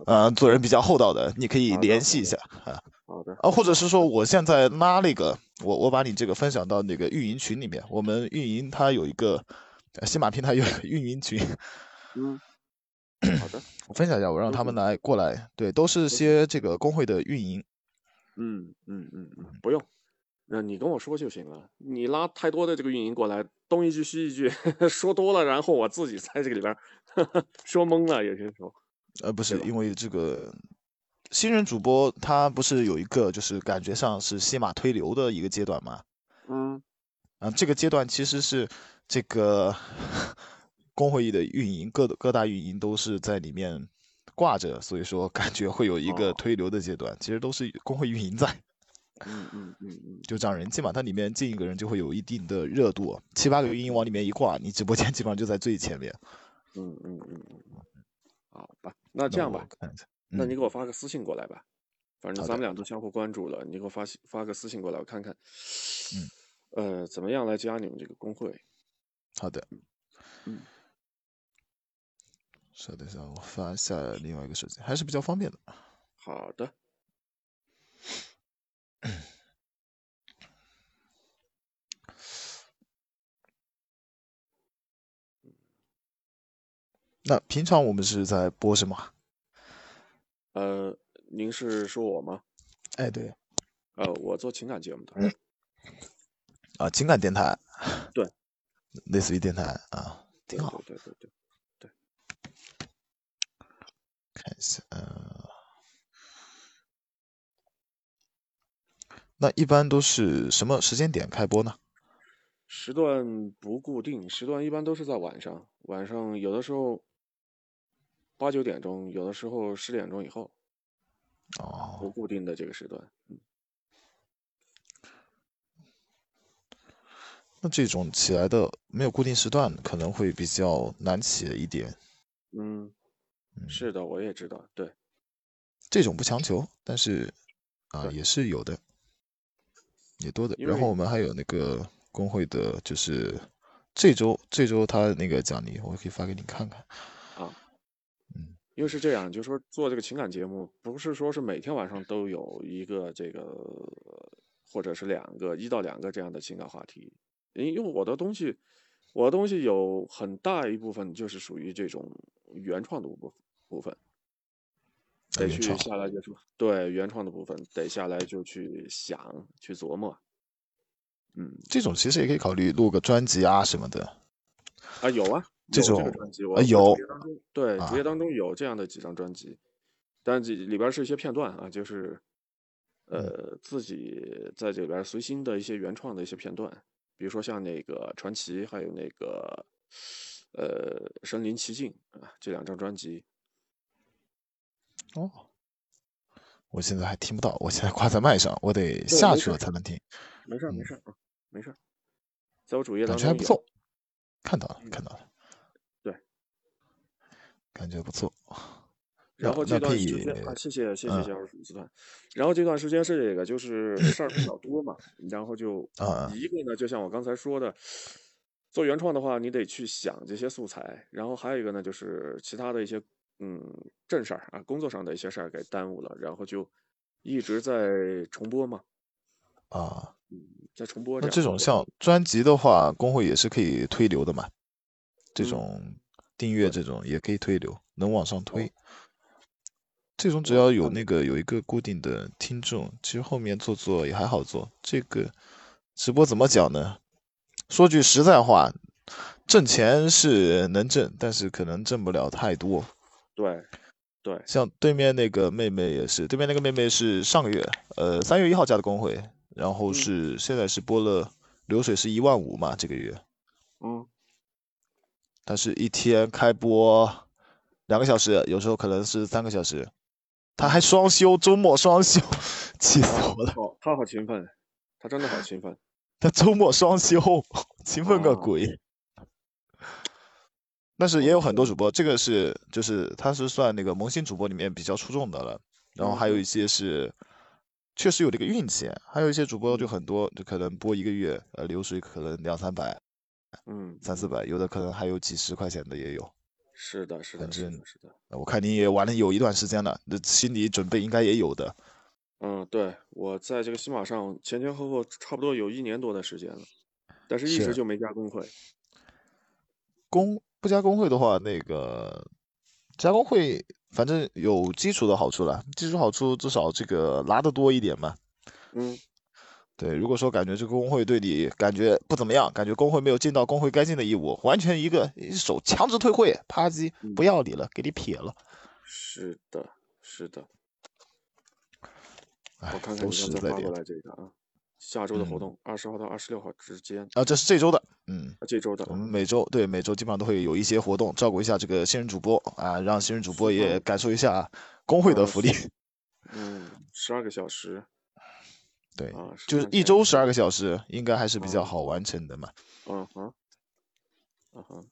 S3: 呃，做人比较厚道的，你可以
S1: 好的
S3: 联
S1: 好
S3: 系一
S1: 的
S3: 下啊
S1: 好的，
S3: 啊，或者是说我现在拉那个，我我把你这个分享到那个运营群里面，我们运营它有一个，呃西马平台有一个运营群，
S1: 嗯，好的，
S3: 我分享一下，我让他们来过来，对，都是些这个工会的运营。
S1: 嗯嗯嗯嗯，不用，那你跟我说就行了。你拉太多的这个运营过来，东一句西一句， 说多了，然后我自己 在这个里边儿说懵了，有些时候。
S3: 呃，不是，因为这个新人主播他不是有一个就是感觉上是西马推流的一个阶段吗？
S1: 嗯，
S3: 啊，这个阶段其实是这个 工会议的运营，各各大运营都是在里面挂着，所以说感觉会有一个
S1: 哦
S3: 推流的阶段，其实都是工会运营在，
S1: 嗯嗯嗯嗯，
S3: 就涨人气嘛。它里面进一个人就会有一定的热度，七八个运营往里面一挂，你直播间基本上就在最前面。
S1: 嗯嗯嗯嗯，好吧，那这样
S3: 我
S1: 吧，
S3: 看一下，
S1: 那
S3: 嗯
S1: 你给我发个私信过来吧，反正
S3: 好
S1: 咱
S3: 的
S1: 们俩都相互关注了，你给我发信发个私信过来，我看看，
S3: 嗯，
S1: 呃，怎么样来加你们这个工会？
S3: 好的
S1: 嗯，
S3: 稍等一下，我发一下另外一个手机，还是比较方便的。
S1: 好的，
S3: 那平常我们是在播什么啊？
S1: 呃，您是说我吗？
S3: 哎，对
S1: 呃，我做情感节目的，
S3: 嗯啊，情感电台，
S1: 对，
S3: 类似于电台啊，
S1: 对
S3: 挺好。
S1: 对对对对，
S3: 看一下，呃，那一般都是什么时间点开播呢？
S1: 时段不固定，时段一般都是在晚上，晚上有的时候八九点钟，有的时候十点钟以后，不
S3: 哦，
S1: 固定的这个时段。
S3: 那这种起来的没有固定时段，可能会比较难起一点。
S1: 嗯，是的，我也知道，对，
S3: 这种不强求，但是啊、
S1: 对
S3: 也是有的，也多的。
S1: 因
S3: 然
S1: 为
S3: 后我们还有那个工会的，就是这周这周他那个奖励，我可以发给你看看。
S1: 因为是这样，就说做这个情感节目，不是说是每天晚上都有一个这个，或者是两个一到两个这样的情感话题，因因为我的东西，我的东西有很大一部分就是属于这种原创的部部分。
S3: 呃
S1: 得
S3: 原
S1: 去
S3: 创
S1: 下来就说对原创的部分得下来就去想去琢磨，嗯
S3: 这种其实也可以考虑录个专辑啊什么的。
S1: 啊有啊
S3: 这
S1: 有这个
S3: 种
S1: 专辑我
S3: 啊
S1: 我主
S3: 有
S1: 页当中对主
S3: 啊
S1: 页当中有这样的几张专辑，但这里边儿是一些片段啊，就是
S3: 嗯
S1: 呃自己在这里边儿随心的一些原创的一些片段，比如说像那个传奇还有那个呃身临其境啊这两张专辑，
S3: 哦，我现在还听不到，我现在挂在麦上，我得
S1: 对
S3: 下
S1: 没
S3: 去
S1: 事
S3: 了
S1: 儿
S3: 才能听，
S1: 没事儿没
S3: 嗯
S1: 事儿啊没事儿，在我主页
S3: 感
S1: 当
S3: 觉还
S1: 中
S3: 不
S1: 有。
S3: 错。看到了，看到了。
S1: 嗯对，
S3: 感觉不错。
S1: 然
S3: 那
S1: 后
S3: 那
S1: 这段
S3: 可
S1: 时
S3: 以
S1: 间啊，谢谢谢谢
S3: 嗯
S1: 小鼠集团。然后这段时间是这个，就是事儿比较 多嘛，然后就
S3: 啊
S1: 一个呢，就像我刚才说的，做原创的话，你得去想这些素材，然后还有一个呢，就是其他的一些嗯正事儿啊，工作上的一些事儿给耽误了，然后就一直在重播嘛，
S3: 啊，
S1: 在重播这
S3: 那
S1: 样
S3: 这
S1: 的
S3: 种
S1: 过
S3: 像
S1: 程。
S3: 专辑的话，工会也是可以推流的嘛，这
S1: 嗯
S3: 种订阅这种也可以推流，能往上
S1: 哦
S3: 推。这种只
S1: 我
S3: 要有
S1: 看
S3: 那个有一个固定的听众，其实后面做做也还好做。这个直播怎么讲呢？说句实在话，挣钱是能挣，但是可能挣不了太多。
S1: 对对，
S3: 像对面那个妹妹也是，对面那个妹妹是上个月，呃，三月一号加的工会，然后
S1: 嗯
S3: 是现在是播了流水是一万五嘛，这个月，
S1: 嗯
S3: 她是一天开播两个小时，有时候可能是三个小时，她还双休，周末双休， 气死我了，
S1: 好，他好勤奋，他真的好勤奋。
S3: 她周末双休， 勤奋个
S1: 哦
S3: 鬼。但是也有很多主播，这个是就是他是算那个萌新主播里面比较出众的了，然后还有一些是确实有这个运气，还有一些主播就很多，就可能播一个月，呃，流水可能两三百、
S1: 嗯，
S3: 三四百，有的可能还有几十块钱的也有。
S1: 是的，是
S3: 反
S1: 的，是
S3: 正
S1: 的，是的。
S3: 呃我看你也玩了有一段时间了，那心理准备应该也有的。
S1: 嗯，对，我在这个新马上前前后后差不多有一年多的时间了，但是一直
S3: 是
S1: 就没加工会。
S3: 工不加工会的话，那个加工会反正有基础的好处了，基础好处至少这个拿的多一点嘛。
S1: 嗯，
S3: 对，如果说感觉这个工会对你感觉不怎么样，感觉工会没有尽到工会该尽的义务，完全一个一手强制退
S1: 嗯
S3: 会，啪叽，不要你了，给你撇了。
S1: 是的，是的，
S3: 哎
S1: 我看，看
S3: 都
S1: 你
S3: 是
S1: 刚才
S3: 热
S1: 发过
S3: 点
S1: 来这个啊，下周的活
S3: 嗯
S1: 动，二十号到二十六号之间，
S3: 啊！这是这周的，嗯，
S1: 啊这周的
S3: 我
S1: 啊，
S3: 们每周对每周基本上都会有一些活动，照顾一下这个新人主播啊，让新人主播也感受一下工会的
S1: 呃
S3: 福利。
S1: 嗯，十二个小时
S3: 对，
S1: 啊，
S3: 就是一周十二个小时，应该还是比
S1: 哦
S3: 较好完成的嘛。
S1: 时，嗯哼，嗯哼，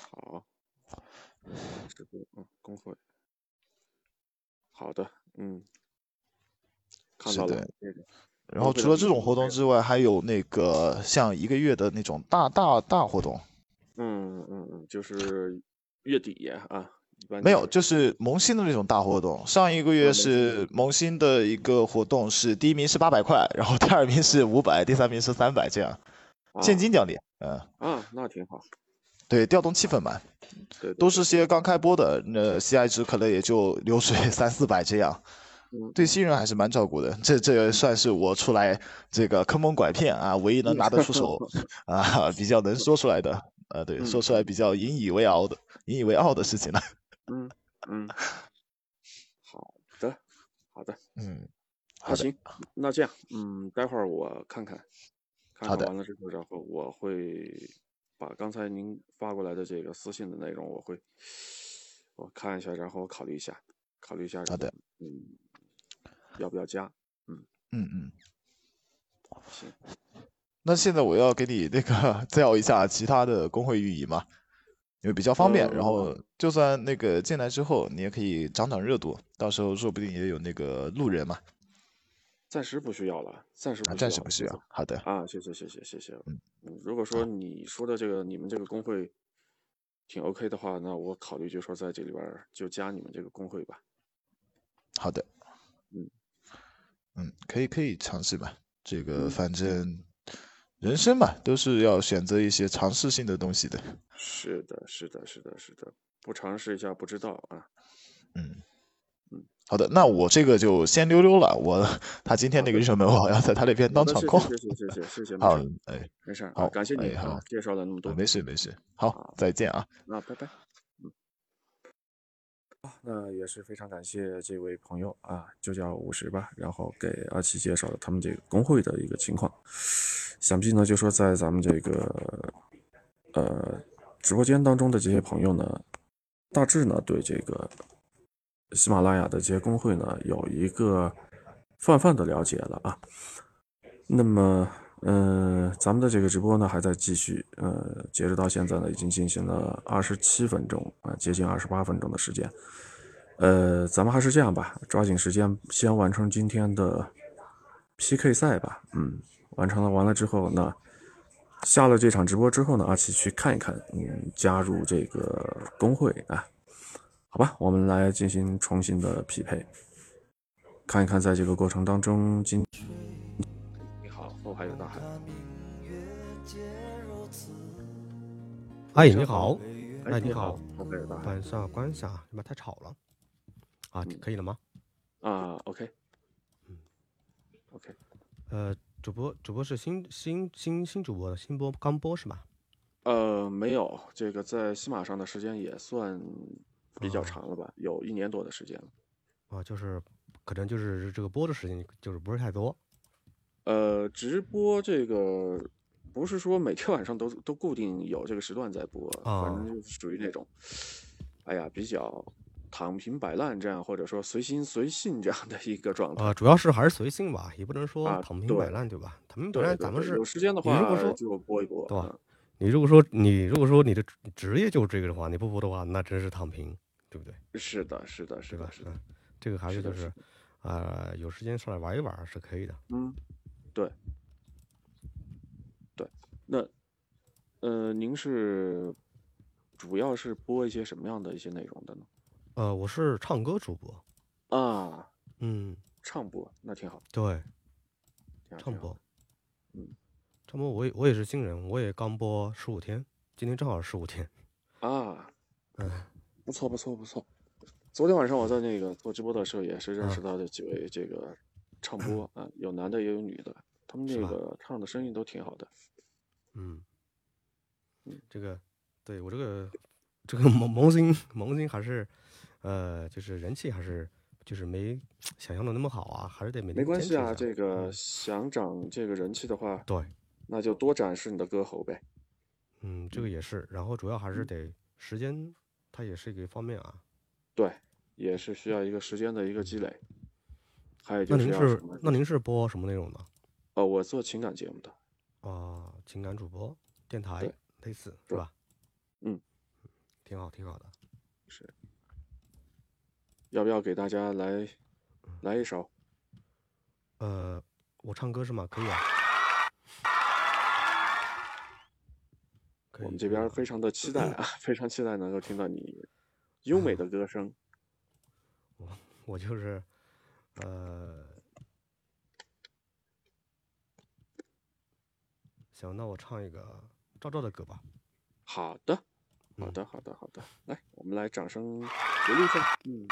S1: 好，直播，嗯，工会，好的，嗯，看
S3: 是
S1: 到了
S3: 的，
S1: 这个，
S3: 然
S1: 我
S3: 后除
S1: 会哦的
S3: 了这种活动之外，还有那个像一个月的那种大大大活动，
S1: 嗯嗯嗯，就是月底啊，一般
S3: 没
S1: 就
S3: 有，
S1: 是
S3: 就是萌新的那种大活动。上一个月
S1: 哦萌新
S3: 是萌新的一个活动，是第一名是八百块，然后第二名是五百，第三名是三百，这样
S1: 啊
S3: 现金奖励。嗯，
S1: 啊，那挺好，
S3: 对，调动气氛嘛，
S1: 对，对
S3: 都
S1: 对
S3: 是些刚开播的，那 CI 值可能也就流水 三四百这样
S1: 嗯，
S3: 对新人还是蛮照顾的。这这也算是我出来这个坑蒙拐骗啊，唯一能拿得出手 啊，比较能说出来的，呃，对，
S1: 嗯
S3: 说出来比较引以为傲的，引以为傲的事情了。
S1: 嗯嗯，好的好的，
S3: 嗯，
S1: 那
S3: 好的，
S1: 行，那这样，嗯，待会儿我看看，看
S3: 好
S1: 看
S3: 的
S1: 完了之后，然后我会把刚才您发过来的这个私信的内容，我会我看一下，然后我考虑一下，考虑一下，
S3: 好的，
S1: 嗯，要不要加？
S3: 嗯嗯。
S1: 行，
S3: 那现在我要给你那个再要一下其他的工会运营嘛，因为比较方便。然后
S1: 嗯
S3: 就算那个进来之后，你也可以涨涨热度，到时候说不定也有那个路人嘛。
S1: 暂时不需要了，暂时
S3: 啊，
S1: 不需
S3: 暂
S1: 要
S3: 时
S1: 了，
S3: 不需
S1: 谢谢
S3: 要。好的，
S1: 啊，谢谢谢谢谢谢，
S3: 嗯
S1: 嗯，如果说你说的这个你们这个工会挺 OK 的话，那我考虑就说在这里边儿就加你们这个工会吧。
S3: 好的，
S1: 嗯
S3: 嗯，可以可以尝试吧。这
S1: 嗯
S3: 个反正人生嘛，都是要选择一些尝试性的东西的。
S1: 是的，是的，是的，是的，不尝试一下不知道啊。
S3: 嗯
S1: 嗯，
S3: 好的，那我这个就先溜溜了。我他今天那个日程本，我好像在他那边
S1: 好
S3: 当
S1: 的，
S3: 场
S1: 谢
S3: 空。
S1: 谢，谢谢，谢谢，谢谢，没
S3: 好
S1: 事儿，，
S3: 哎。
S1: 没事儿啊，
S3: 好
S1: 感谢你
S3: 哎
S1: 啊
S3: 好，
S1: 介绍了那么多
S3: 啊，，没事没事，好
S1: 好，
S3: 再见啊。
S1: 那拜嗯拜。
S4: 那也是非常感谢这位朋友啊，就叫五十吧，然后给阿奇介绍了他们这个工会的一个情况。想必呢，就说在咱们这个呃直播间当中的这些朋友呢，大致呢对这个喜马拉雅的这些工会呢有一个泛泛的了解了啊。那么，呃，咱们的这个直播呢还在继续，呃，截止到现在呢已经进行了二十七分钟啊，接近二十八分钟的时间。呃，咱们还是这样吧，抓紧时间先完成今天的 PK 赛吧。嗯，完成了，完了之后呢，下了这场直播之后呢，阿奇去看一看，嗯，加入这个工会啊。好吧，我们来进行重新的匹配，看一看在这个过程当中，今
S1: 你好，后海有大海。
S5: 哎，你好，
S1: 哎，
S5: 哎，你好，，
S1: 后海有大海
S5: 晚上关一下，你妈太吵了啊，
S1: 嗯
S5: 可以了吗？
S1: 啊，OK，o k
S5: 呃，主播，主播是新新新新主播的新播刚播是吧？
S1: 呃，没有，这个在西马上的时间也算比较
S5: 哦
S1: 长了吧，有一年多的时间了。
S5: 啊，就是可能就是这个播的时间就是不是太多
S1: 呃，直播这个不是说每天晚上都都固定有这个时段在播，反正
S5: 哦
S1: 就是属于那种，哎呀，比较躺平摆烂这样，或者说随心随性这样的一个状态。
S5: 啊，主要是还是随性吧，也不能说
S1: 啊
S5: 躺平
S1: 对
S5: 摆烂对吧？躺平摆
S1: 对
S5: 烂
S1: 对
S5: 咱们
S1: 对
S5: 是
S1: 有时间的
S5: 你如果
S1: 话
S5: 说
S1: 就播一播，
S5: 对吧
S1: 嗯
S5: 你如果说你如果说你的职职业就是这个的话，你不播的话，那真是躺平，对不对？
S1: 是的，是的，是
S5: 对吧
S1: 的，？是的，
S5: 嗯，这个还
S1: 是
S5: 是
S1: 的
S5: 就是是
S1: 的
S5: 呃，有时间上来玩一玩是可以的。
S1: 嗯，对对。那呃，您是主要是播一些什么样的一些内容的呢？
S5: 呃，我是唱歌主播，
S1: 啊，
S5: 嗯，
S1: 唱播，那挺好，
S5: 对。
S1: 挺好，
S5: 唱
S1: 挺好。
S5: 播，
S1: 嗯，
S5: 唱播我也我也是新人，我也刚播十五天，今天正好十五天。
S1: 啊，
S5: 嗯，
S1: 不错，不错，不错。昨天晚上我在那个做直播的时候，也是认
S5: 啊
S6: 嗯
S1: 识到的几位这个唱 播啊，有男的也有女的，他们
S5: 是
S1: 那
S5: 吧
S1: 个唱的声音都挺好的。
S5: 嗯
S1: 嗯，
S5: 这个对我这个这个萌萌新萌新还是呃，就是人气还是
S6: 就是没想象的那么好啊，还是得每天
S1: 没关
S6: 坚持
S1: 系
S6: 一
S1: 啊，
S6: 下
S1: 这个
S6: 嗯
S1: 想涨这个人气的话，
S6: 对，
S1: 那就多展示你的歌喉呗。
S6: 嗯，这个也是。然后主要还
S1: 嗯
S6: 是得时间，它也是一个方面啊。
S1: 对，也是需要一个时间的一个积累。还有
S6: 那
S1: 就
S6: 您
S1: 要
S6: 是
S1: 什么
S6: 那您是播什么内容呢？
S1: 呃，我做情感节目的，
S6: 啊，情感主播，电台
S1: 对
S6: 类似是
S1: 对
S6: 吧？
S1: 嗯，
S6: 挺好，挺好的。
S1: 要不要给大家来来一首？
S6: 呃，我唱歌是吗？可以啊。可
S1: 我
S6: 以
S1: 们这边儿非常的 期待啊，非常期待能够听到你优
S6: 嗯
S1: 美的歌声。
S6: 我就是，呃，行，那我唱一个赵照的歌吧。
S1: 好的，好的，好的，好的，来，我们来掌声鼓励一下。嗯，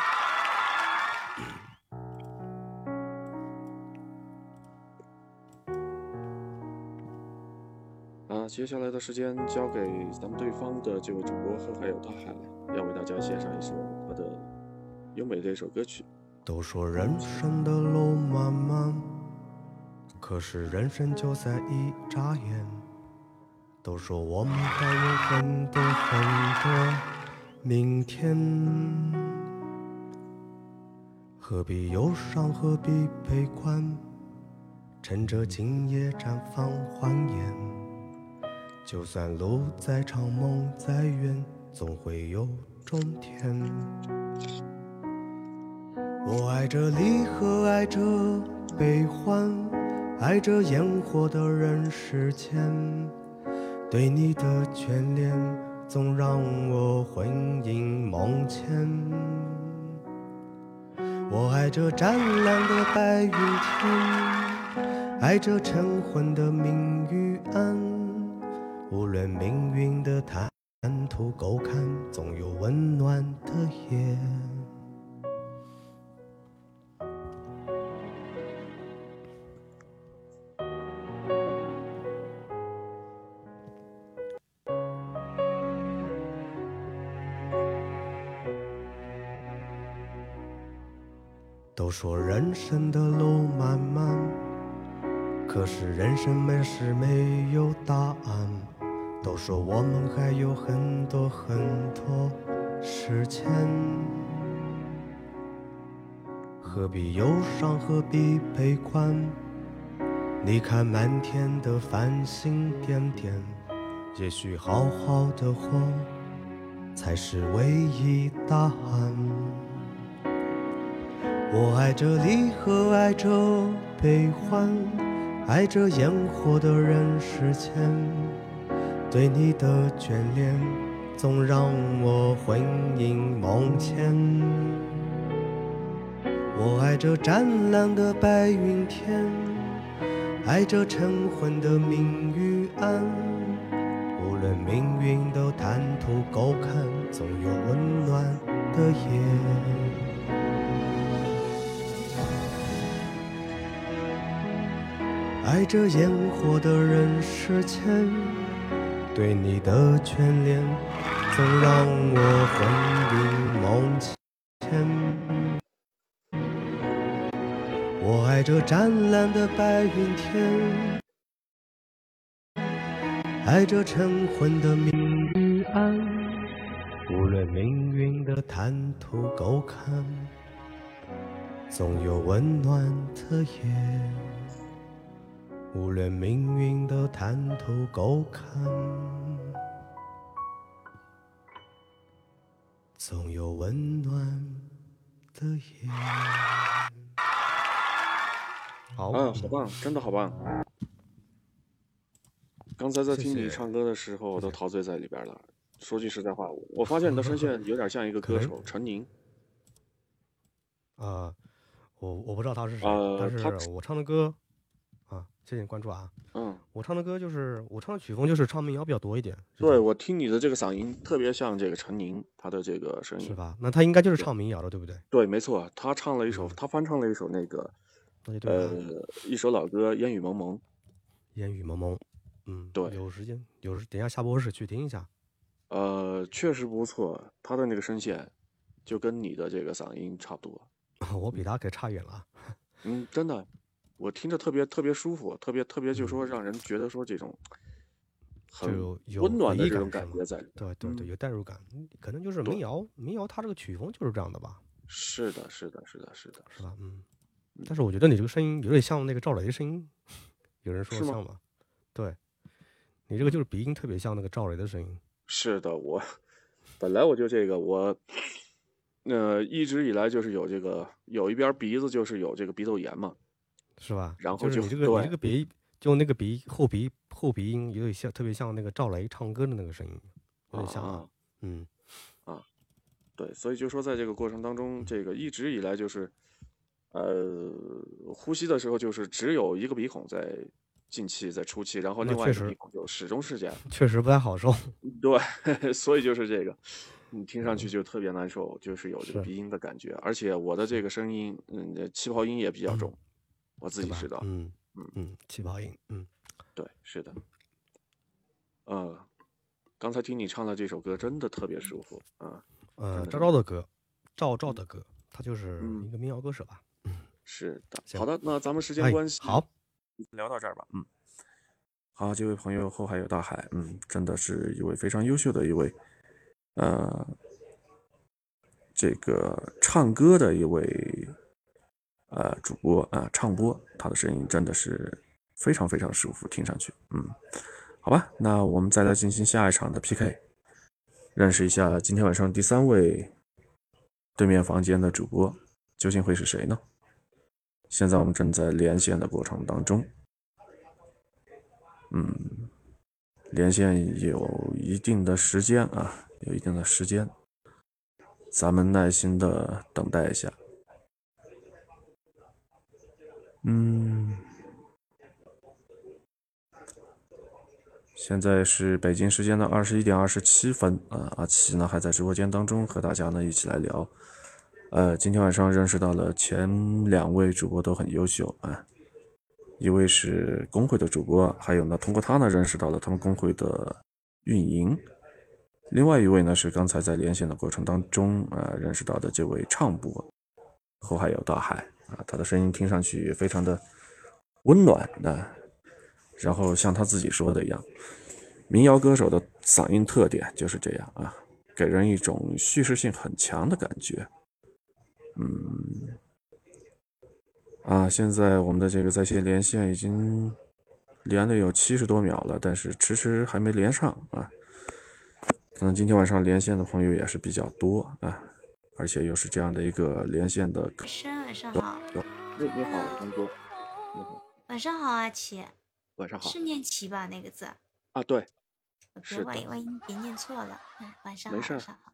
S1: 啊，接下来的时间交给咱们对方的这位主播和还有大海了，要为大家献上一首他的优美的一首歌曲。
S6: 都说人生的路漫漫，可是人生就在一眨眼。都说我们还有很多很多明天，何必忧伤，何必悲观？趁着今夜绽放欢颜，就算路再长，梦再远，总会有终点。我爱这离合，爱这悲欢，爱这烟火的人世间。对你的眷恋，总让我魂萦梦牵。我爱这湛蓝的白云天，爱这晨昏的明与暗。无论命运的坦途沟坎，总有温暖的夜。都说人生的路漫漫，可是人生没事没有答案。都说我们还有很多很多时间，何必忧伤，何必悲观？你看满天的繁星点点，也许好好的活才是唯一答案。我爱这离合，爱这悲欢，爱这烟火的人世间。对你的眷恋，总让我魂萦梦牵。我爱这湛蓝的白云天，爱这晨昏的明与暗。无论命运的坦途沟坎，总有温暖的夜。爱这烟火的人世间，对你的眷恋，总让我魂萦梦牵。我爱这湛蓝的白云天，爱这晨昏的明与暗，无论命运的坦途沟坎，总有温暖的夜。无论命运的坦途沟坎，总有温暖的夜。好
S1: 嗯，好棒，真的好棒。刚才在
S6: 谢
S1: 听你
S6: 谢
S1: 唱歌的时候，我
S6: 谢
S1: 都
S6: 谢
S1: 陶醉在里边了。说句实在话，我我发现你的 声线有点像一个歌
S6: 可能
S1: 手陈宁。
S6: 啊，我我不知道他是谁，
S1: 呃
S6: 但
S1: 他
S6: 是我唱的歌啊，谢谢你关注啊。
S1: 嗯，
S6: 我唱的歌就是我唱的曲风就是唱民谣比较多一点，是
S1: 对，
S6: 吧，
S1: 我听你的这个嗓音特别像这个陈宁，他的这个声音
S6: 是。吧？那他应该就是唱民谣的，对不对？
S1: 对，没错，他唱了一首，他翻唱了一首那个
S6: 那嗯就对
S1: 呃
S6: 了，
S1: 一首老歌《烟雨蒙蒙》。
S6: 烟雨蒙蒙，嗯，
S1: 对
S6: 有时间有时等一下下播室去听一下，
S1: 呃，确实不错，他的那个声线就跟你的这个嗓音差不多。
S6: 我比他可差远了。
S1: 嗯，真的，我听着特别特别舒服，特别特别就说让人觉得说这种
S6: 就
S1: 很
S6: 有
S1: 温暖
S6: 回忆
S1: 的这
S6: 感是
S1: 种感
S6: 吗
S1: 觉在里面。
S6: 对对对，有代入感，嗯可能就是
S1: 对
S6: 民谣，民谣它这个曲风就是这样的吧，
S1: 是的，是的，是的，是的，
S6: 是吧？嗯
S1: 嗯，
S6: 但是我觉得你这个声音有点像那个赵雷的声音，有人说
S1: 是吗
S6: 像吗？对，你这个就是鼻音特别像那个赵雷的声音。
S1: 是的。我本来我就这个，我呃一直以来就是有这个，有一边鼻子就是有这个鼻窦炎嘛。
S6: 是吧？
S1: 然后
S6: 就是
S1: 就
S6: 你这个
S1: 对
S6: 你这个鼻，就那个鼻后鼻后鼻音有点像，特别像那个赵雷唱歌的那个声音，有点像啊
S1: 啊。
S6: 嗯，
S1: 对，所以就说在这个过程当中，这个一直以来就是，呃，呼吸的时候就是只有一个鼻孔在进气，在出气，然后
S6: 那
S1: 另
S6: 确
S1: 外一个
S6: 实
S1: 鼻孔就始终是这样。
S6: 确实不太好受。
S1: 对， 所以就是这个，你听上去就特别难受，就是有这个
S6: 嗯是
S1: 鼻音的感觉，而且我的这个声音，嗯，这气泡音也比较重，我
S6: 嗯
S1: 自
S6: 对
S1: 己
S6: 吧
S1: 知道。
S6: 嗯
S1: 嗯
S6: 嗯，气泡音，嗯，
S1: 对，是的。呃，刚才听你唱的这首歌真的特别舒服啊，
S6: 呃，
S1: 真的
S6: 赵照的歌，赵照的歌，他就是
S1: 嗯
S6: 一个民谣歌手吧？
S1: 是的。
S6: 行
S1: 好的，那咱们时间
S6: 哎
S1: 关系，
S6: 好，
S7: 聊到这儿吧，嗯。好，这位朋友后海有大海，嗯，真的是一位非常优秀的一位，呃，这个唱歌的一位呃主播啊、呃唱播，他的声音真的是非常非常舒服，听上去，嗯，好吧，那我们再来进行下一场的 PK，认识一下今天晚上第三位对面房间的主播究竟会是谁呢？现在我们正在连线的过程当中。嗯，连线有一定的时间啊，有一定的时间，咱们耐心的等待一下。嗯，现在是北京时间的二十一点二十七分啊，阿奇呢还在直播间当中和大家呢一起来聊。呃，今天晚上认识到了前两位主播都很优秀啊，一位是工会的主播，还有呢，通过他呢认识到了他们工会的运营。另外一位呢是刚才在连线的过程当中啊、呃认识到的这位唱播，后海有大海啊、他的声音听上去非常的温暖啊、然后像他自己说的一样，民谣歌手的嗓音特点就是这样啊，给人一种叙事性很强的感觉。嗯，啊，现在我们的这个在线连线已经连了有七十多秒了，但是迟迟还没连上啊。可能今天晚上连线的朋友也是比较多啊，而且又是这样的一个连线的课
S8: 生，晚上好，
S1: 你你好，唐哥，
S8: 晚上好啊，琪，
S1: 晚上好
S8: 是念琪吧？那个字，
S1: 啊，对。
S8: 我别
S1: 是
S8: 万一
S1: 的
S8: 万一别念错了。嗯，晚上好，
S1: 没事儿
S8: 晚上好。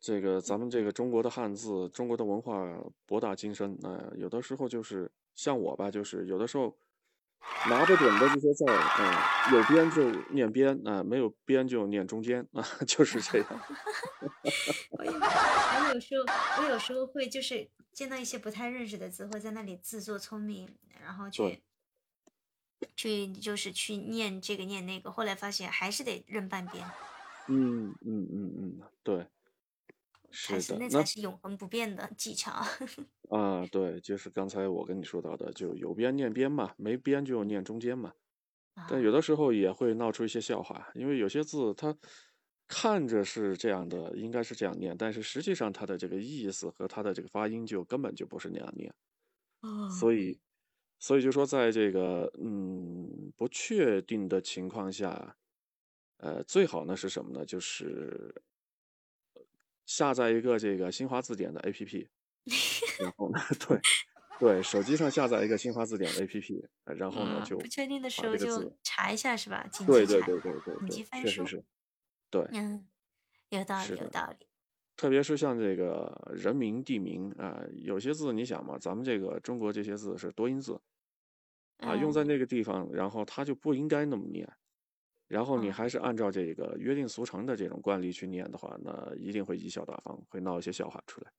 S1: 这个咱们这个中国的汉字，中国的文化博大精深。呃，有的时候就是像我吧，就是有的时候拿着准的这些字儿，嗯、有边就念边，啊、没有边就念中间， 啊、就是这 样。
S8: 我有，我有时候，我有时候会就是见到一些不太认识的字，会在那里自作聪明，然后去
S1: 对
S8: 去就是去念这个念那个，后来发现还是得认半边，
S1: 嗯嗯嗯嗯，对，
S8: 才
S1: 是
S8: 是
S1: 的。
S8: 那
S1: 那
S8: 才是永恒不变的技巧。
S1: 啊，对，就是刚才我跟你说到的，就有边念边嘛，没边就念中间嘛。
S8: 啊
S1: 但有的时候也会闹出一些笑话，因为有些字它看着是这样的，应该是这样念，但是实际上它的这个意思和它的这个发音就根本就不是那样念，
S8: 哦
S1: 所以，所以就说在这个嗯不确定的情况下，呃，最好呢是什么呢？就是下载一个这个新华字典的 APP，然后呢，对对，手机上下载一个新华字典的 APP，呃然后呢
S8: 嗯
S1: 就
S8: 不确定的时
S1: 把
S8: 候
S1: 这个字
S8: 就查一下是吧？紧
S1: 对
S8: 急
S1: 对
S8: 查。
S1: 对对对
S8: 紧急
S1: 对，
S8: 翻
S1: 确实
S8: 书
S1: 是，对，
S8: 嗯，有道
S1: 是
S8: 理，有
S1: 的
S8: 道理。
S1: 特别是像这个人名、地名啊、有些字你想嘛，咱们这个中国这些字是多音字啊、用在
S8: 嗯
S1: 那个地方，然后它就不应该那么念。然后你
S8: 嗯
S1: 还是按照这个约定俗成的这种惯例去念的话，那一定会贻笑大方，会闹一些笑话出来。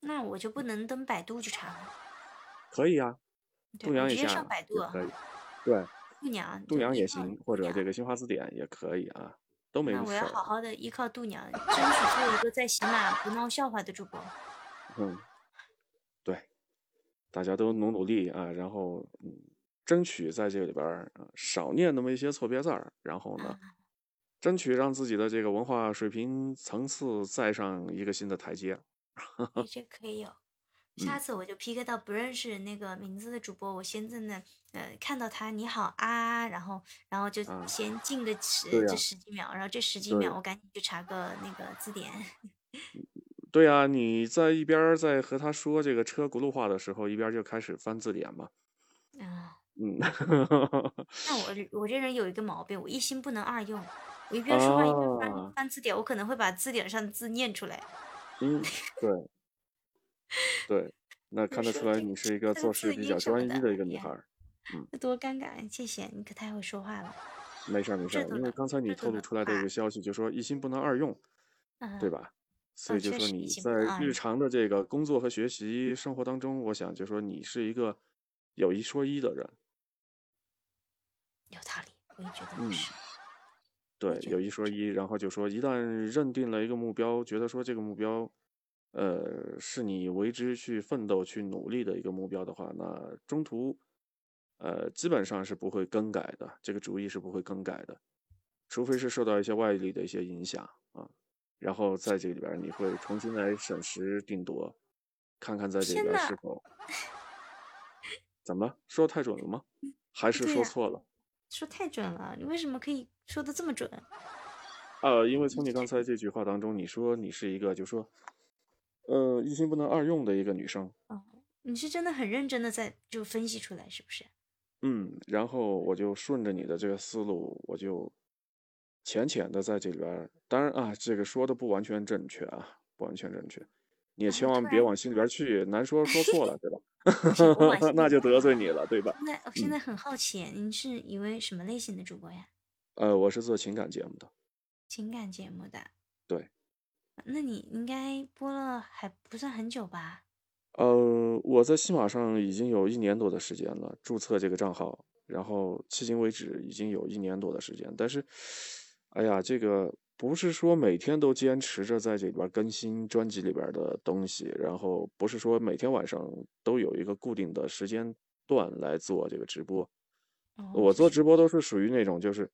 S8: 那我就不能登百度去查吗？
S1: 可以啊，
S8: 对，
S1: 度
S8: 我
S1: 量
S8: 直
S1: 一
S8: 接
S1: 下
S8: 上百度
S1: 也
S8: 啊，
S1: 可以，对，
S8: 度娘，
S1: 度
S8: 对
S1: 量
S8: 依
S1: 也
S8: 靠
S1: 行，
S8: 度
S1: 或者
S8: 娘
S1: 这个新华字典也可以啊，都没
S8: 那
S1: 无
S8: 我
S1: 所
S8: 要
S1: 谓。
S8: 好好的依靠度娘，争取做一个在喜马不闹笑话的主播。
S1: 嗯，大家都努努力啊，然后嗯，争取在这里边儿啊少念那么一些错别字儿，然后呢，争取让自己的这个文化水平层次再上一个新的台阶。
S8: 你这可以有。
S1: 嗯
S8: 下次我就 PK 到不认识那个名字的主播，我先在那呃看到他你好啊，然后然后就
S1: 啊
S8: 先静个十、
S1: 对
S8: 这
S1: 呀
S8: 十几秒，然后这十几
S1: 对
S8: 秒我赶紧去查个那个字典。
S1: 对啊，你在一边儿在和他说这个车轱辘话的时候，一边儿就开始翻字典嘛。
S8: 啊，
S1: 嗯，
S8: 那我我这人有一个毛病，我一心不能二用。我一边说话一边
S1: 啊
S8: 翻翻字典，我可能会把字典上的字念出来。
S1: 嗯，对，对，那看得
S8: 说
S1: 出来
S8: 这
S1: 你是一个
S8: 这个
S1: 做事
S8: 字
S1: 比
S8: 音
S1: 较
S8: 什么
S1: 专一
S8: 的
S1: 的一
S8: 哎
S1: 个女
S8: 呀
S1: 孩儿。
S8: 这多尴尬呀！谢谢你，可太会说话了。
S1: 没事儿没事
S8: 这
S1: 儿，
S8: 都
S1: 因为
S8: 能
S1: 刚才你
S8: 这都
S1: 透露
S8: 能
S1: 出来的一
S8: 夸
S1: 个消息，就说一心不能二用，
S8: 嗯，
S1: 对？吧？所
S8: 嗯
S1: 以就
S8: 确
S1: 说
S8: 实一
S1: 你
S8: 心
S1: 在
S8: 不能二
S1: 日
S8: 用
S1: 常的这个工作和学习生活当中，我想就说你是一个有一说一的人，
S8: 有道理，我也觉得
S1: 嗯
S8: 你是。
S1: 对，
S8: 觉
S1: 有
S8: 得
S1: 一说一，然后就说一旦认定了一个目标，觉得说这个目标，呃，是你为之去奋斗、去努力的一个目标的话，那中途，呃，基本上是不会更改的，这个主意是不会更改的，除非是受到一些外力的一些影响啊，然后在这里边儿你会重新来审视定夺，看看在这里
S8: 天
S1: 边儿
S8: 呐
S1: 是 否，怎么说太准了吗？还是
S8: 对
S1: 说
S8: 呀
S1: 错了？
S8: 说太准了，你为什么可以说的这么准？
S1: 呃，因为从你刚才这句话当中，你说你是一个，就说，呃，一心不能二用的一个女生，
S8: 你是真的很认真的在就分析出来，是不是？
S1: 嗯，然后我就顺着你的这个思路，我就浅浅的在这里边儿，当然啊，这个说的不完全正确啊，不完全正确，你也
S8: 啊
S1: 千
S8: 我
S1: 万
S8: 突
S1: 别
S8: 然
S1: 往心里边儿去，难说说错了，对
S8: 是我 往
S1: 吧？
S8: 心
S1: 那
S8: 里
S1: 就
S8: 去
S1: 得罪你了，对吧？
S8: 现在我现
S1: 嗯
S8: 在很好奇，您是一位什么类型的主播呀？
S1: 呃，我是做情感节目的，
S8: 情感节目的。
S1: 对。
S8: 那你应该播了还不算很久吧？
S1: 呃，我在西马上已经有一年多的时间了，注册这个账号，然后迄今为止已经有一年多的时间。但是，哎呀，这个不是说每天都坚持着在这里边儿更新专辑里边儿的东西，然后不是说每天晚上都有一个固定的时间段来做这个直播。
S8: 哦
S1: 我
S8: 就
S1: 做
S8: 是
S1: 直播都是属于那种就是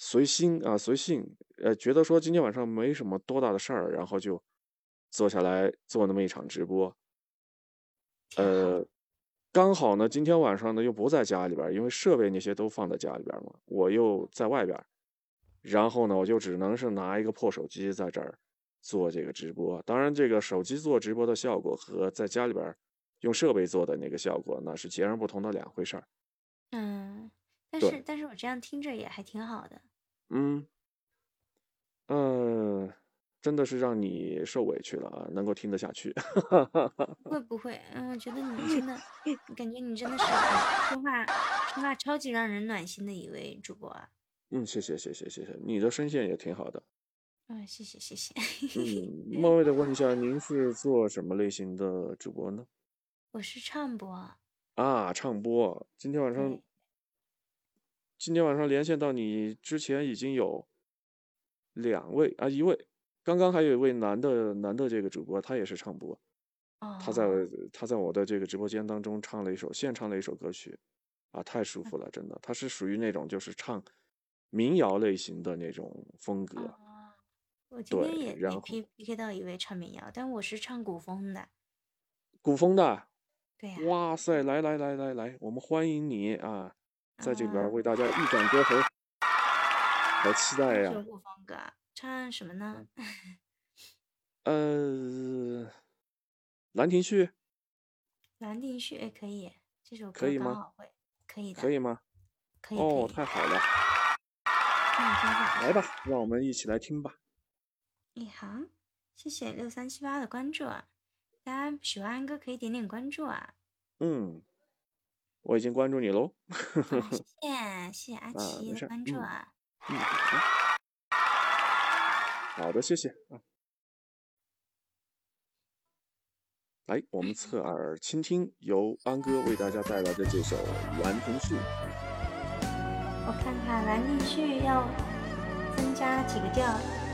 S1: 随心啊随性，呃，觉得说今天晚上没什么多大的事儿，然后就坐下来做那么一场直播。
S8: 挺好的。
S1: 呃，刚好呢，今天晚上呢又不在家里边儿，因为设备那些都放在家里边儿嘛，我又在外边儿，然后呢，我就只能是拿一个破手机在这儿做这个直播。当然，这个手机做直播的效果和在家里边儿用设备做的那个效果，那是截然不同的两回事儿。
S8: 嗯，但
S1: 对
S8: 是但是我这样听着也还挺好的。
S1: 嗯，呃，真的是让你受委屈了啊，能够听得下去。
S8: 会不会？嗯，我觉得你真的，感觉你真的是嗯说话说话超级让人暖心的一位主播啊。
S1: 嗯，谢谢谢谢谢谢，你的声线也挺好的。
S8: 嗯，谢谢谢谢。
S1: 嗯，冒昧的问一下，您是做什么类型的主播呢？
S8: 我是唱播，
S1: 啊，唱播。今天晚上
S8: 对，
S1: 今天晚上连线到你之前已经有两位啊，一位，刚刚还有一位男的男的这个主播，他也是唱播，
S8: 哦，
S1: 他在他在我的这个直播间当中唱了一首现唱了一首歌曲，啊，太
S8: 嗯
S1: 舒服了，真的，他是属于那种就是唱民谣类型的那种风格。
S8: 哦， 我今
S1: 对
S8: 天也
S1: 然
S8: 也
S1: 后
S8: P PK 到一位唱民谣，但我是唱古风的。
S1: 古风的，
S8: 哎对呀、
S1: 哇塞，来来来来来，我们欢迎你啊，在这里边儿
S8: 啊
S1: 为大家一展歌喉，好期
S8: 唱
S1: 待呀、
S8: 什
S1: 嗯
S8: 么古风歌啊？唱什么呢？
S1: 呃，《兰亭序》
S8: 兰亭序哎可以，这首
S1: 可
S8: 歌
S1: 以
S8: 刚
S1: 吗
S8: 好会，可以的，
S1: 可以吗？
S8: 可以可以。
S1: 哦，太好了，
S8: 那你先放
S1: 来吧，让我们一起来听吧。
S8: 一行，谢谢六三七八的关注啊！大家喜欢安哥可以点点关注 啊！
S1: 嗯，我已经关注你喽。
S8: 啊，谢谢谢谢阿
S1: 啊没
S8: 奇
S1: 事
S8: 的
S1: 儿
S8: 关注
S1: 嗯
S8: 啊！
S1: 嗯，好好的，谢谢啊。来，我们侧耳倾听由安哥为大家带来的这首《兰亭序》。
S8: 我看看兰陵序要增加几个调儿。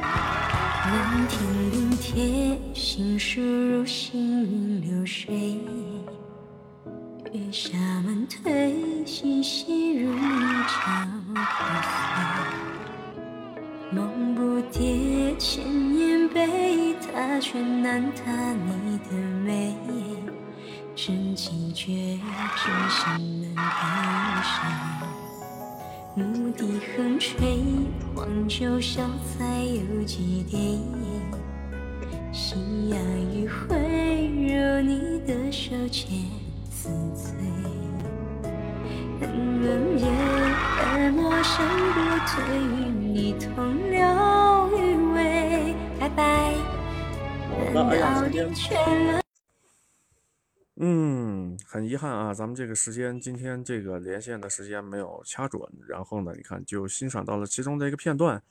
S9: 蓝天临帖，心事如行云流水。月下门推，心细如一场破碎。梦不迭，千年悲，他却难踏你的美。真情绝，真心难感伤。牧笛横吹，黄酒消灾又几滴。夕阳余晖，如你的手牵似醉。恩恩怨爱陌生不退，与你同流余味。拜拜。
S1: 我的哎呀，时间
S10: 嗯，很遗憾啊，咱们这个时间今天这个连线的时间没有掐准，然后呢，你看就欣赏到了其中的一个片段，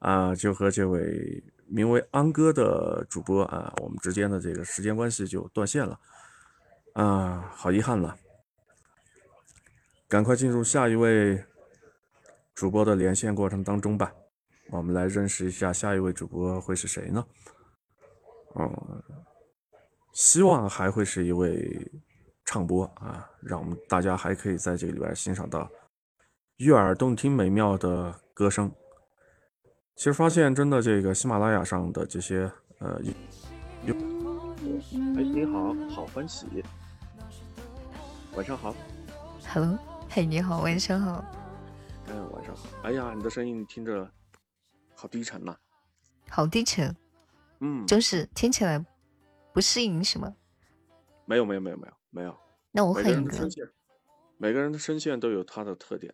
S10: 啊、就和这位名为安哥的主播啊，我们之间的这个时间关系就断线了，啊、好遗憾了，赶快进入下一位主播的连线过程当中吧，我们来认识一下下一位主播会是谁呢？嗯，希望还会是一位唱播啊，让我们大家还可以在这个里边欣赏到悦耳动听美妙的歌声。其实发现真的这个喜马拉雅上的这些呃，
S1: 哎，你好，好欢喜，晚上好，
S11: Hello，嘿，你好，晚上好。
S1: 哎呀，晚上好，哎呀，你的声音听着好低沉呐、
S11: 好低沉，
S1: 嗯，
S11: 就是听起来不适应是吗？
S1: 没有没有没有没有没有，
S11: 那我
S1: 每个
S11: 换
S1: 人
S11: 一
S1: 的声
S11: 个，
S1: 线，每个人的声线都有它的特点，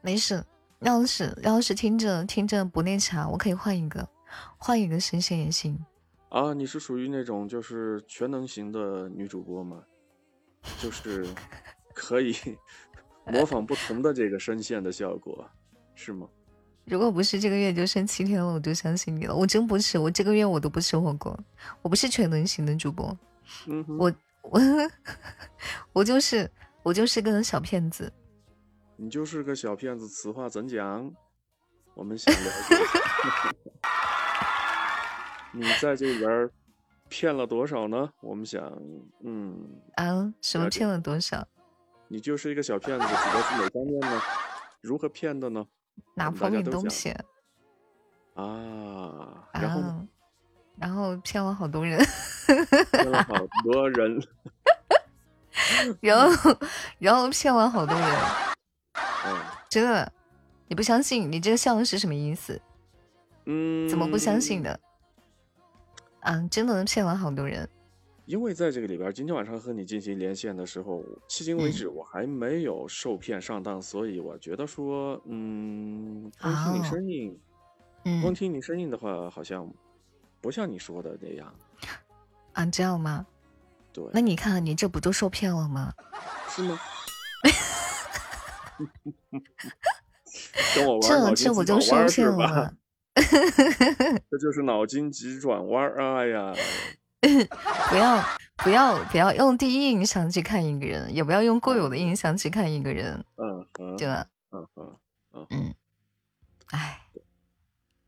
S11: 没事。要是要是听着听着不那啥，我可以换一个，换一个声线也行。
S1: 啊，你是属于那种就是全能型的女主播吗？就是可以模仿不同的这个声线的效果，是吗？
S11: 如果不是这个月就剩七天了，我就相信你了。我真不是，我这个月我都不吃火锅，我不是全能型的主播，
S1: 嗯哼，
S11: 我我我就是我就是个小骗子。
S1: 你就是个小骗子，此话怎讲？我们想了解一下你在这里边儿骗了多少呢？我们想，嗯，
S11: 啊，什么
S1: 了解
S11: 骗了多少？
S1: 你就是一个小骗子，指的是哪方面呢？如何骗的呢？
S11: 哪
S1: 我们
S11: 方
S1: 嗯大
S11: 面
S1: 家都
S11: 东
S1: 想
S11: 西啊？
S1: 啊，然后呢？
S11: 然后骗了好多人，
S1: 骗了好多人，
S11: 然后然后骗了好多人，
S1: 嗯
S11: 真的，你不相信？你这个笑容是什么意思？
S1: 嗯，
S11: 怎么不相信？的？啊，真的骗了好多人。
S1: 因为在这个里边儿，今天晚上和你进行连线的时候，迄今为
S11: 嗯
S1: 止我还没有受骗上当，所以我觉得说，嗯，光听你
S11: 哦
S1: 声音，光
S11: 嗯
S1: 听你声音的话，好像不像你说的那样。
S11: 啊，这样吗？
S1: 对，
S11: 那你看，啊你这不就受骗了吗？
S1: 是吗？跟我玩儿脑
S11: 这
S1: 筋
S11: 这
S1: 急
S11: 不
S1: 转
S11: 就受
S1: 弯儿
S11: 骗
S1: 是
S11: 了
S1: 吧？
S11: 吗？
S1: 这就是脑筋急转弯儿。哎呀，
S11: 不要不要不要用第一印象去看一个人，也不要用固有的印象去看一个人，
S1: 嗯嗯
S11: 对吧？
S1: 嗯嗯，
S11: 哎，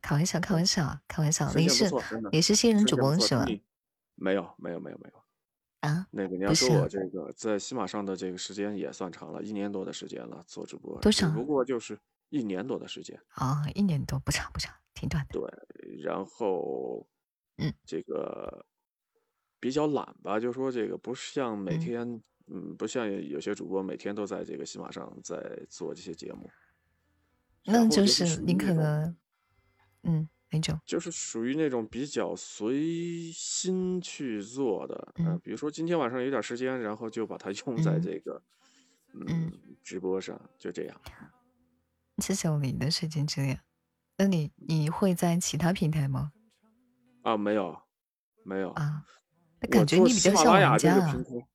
S11: 开玩笑，开玩笑啊，开玩笑。
S1: 声
S11: 你
S1: 线
S11: 是
S1: 不错，真的。
S11: 你是新人
S1: 声
S11: 主
S1: 线不
S11: 播
S1: 错
S11: 是吧？
S1: 听你没有没有没有没有。
S11: 啊，
S1: 那个你要
S11: 不
S1: 说
S11: 是
S1: 我这个在喜马上的这个时间也算长了，一年多的时间了，做直播
S11: 多
S1: 只
S11: 长
S1: 不过就是一年多的时间。
S11: 啊、一年多不长不长，挺短的。
S1: 然后，
S11: 嗯，
S1: 这个比较懒吧，就说这个不是像每
S11: 嗯
S1: 天，嗯不像有些主播每天都在这个喜马上在做这些节目。然
S11: 那
S1: 后
S11: 就是是
S1: 属于
S11: 你
S1: 那
S11: 可
S1: 种
S11: 能，嗯，那种，
S1: 就是属于那种比较随心去做的，呃
S11: 嗯，
S1: 比如说今天晚上有点时间，然后就把它 用在
S11: 嗯
S1: 这个，嗯，
S11: 嗯
S1: 直播上，就这样。
S11: 谢谢你的时间之恋。那你你会在其他平台吗？
S1: 啊，没有，没有，
S11: 啊，那
S1: 我
S11: 感觉
S1: 做
S11: 你比
S1: 喜
S11: 较
S1: 马
S11: 像
S1: 拉
S11: 玩
S1: 雅这
S11: 家
S1: 个
S11: 啊
S1: 平。台，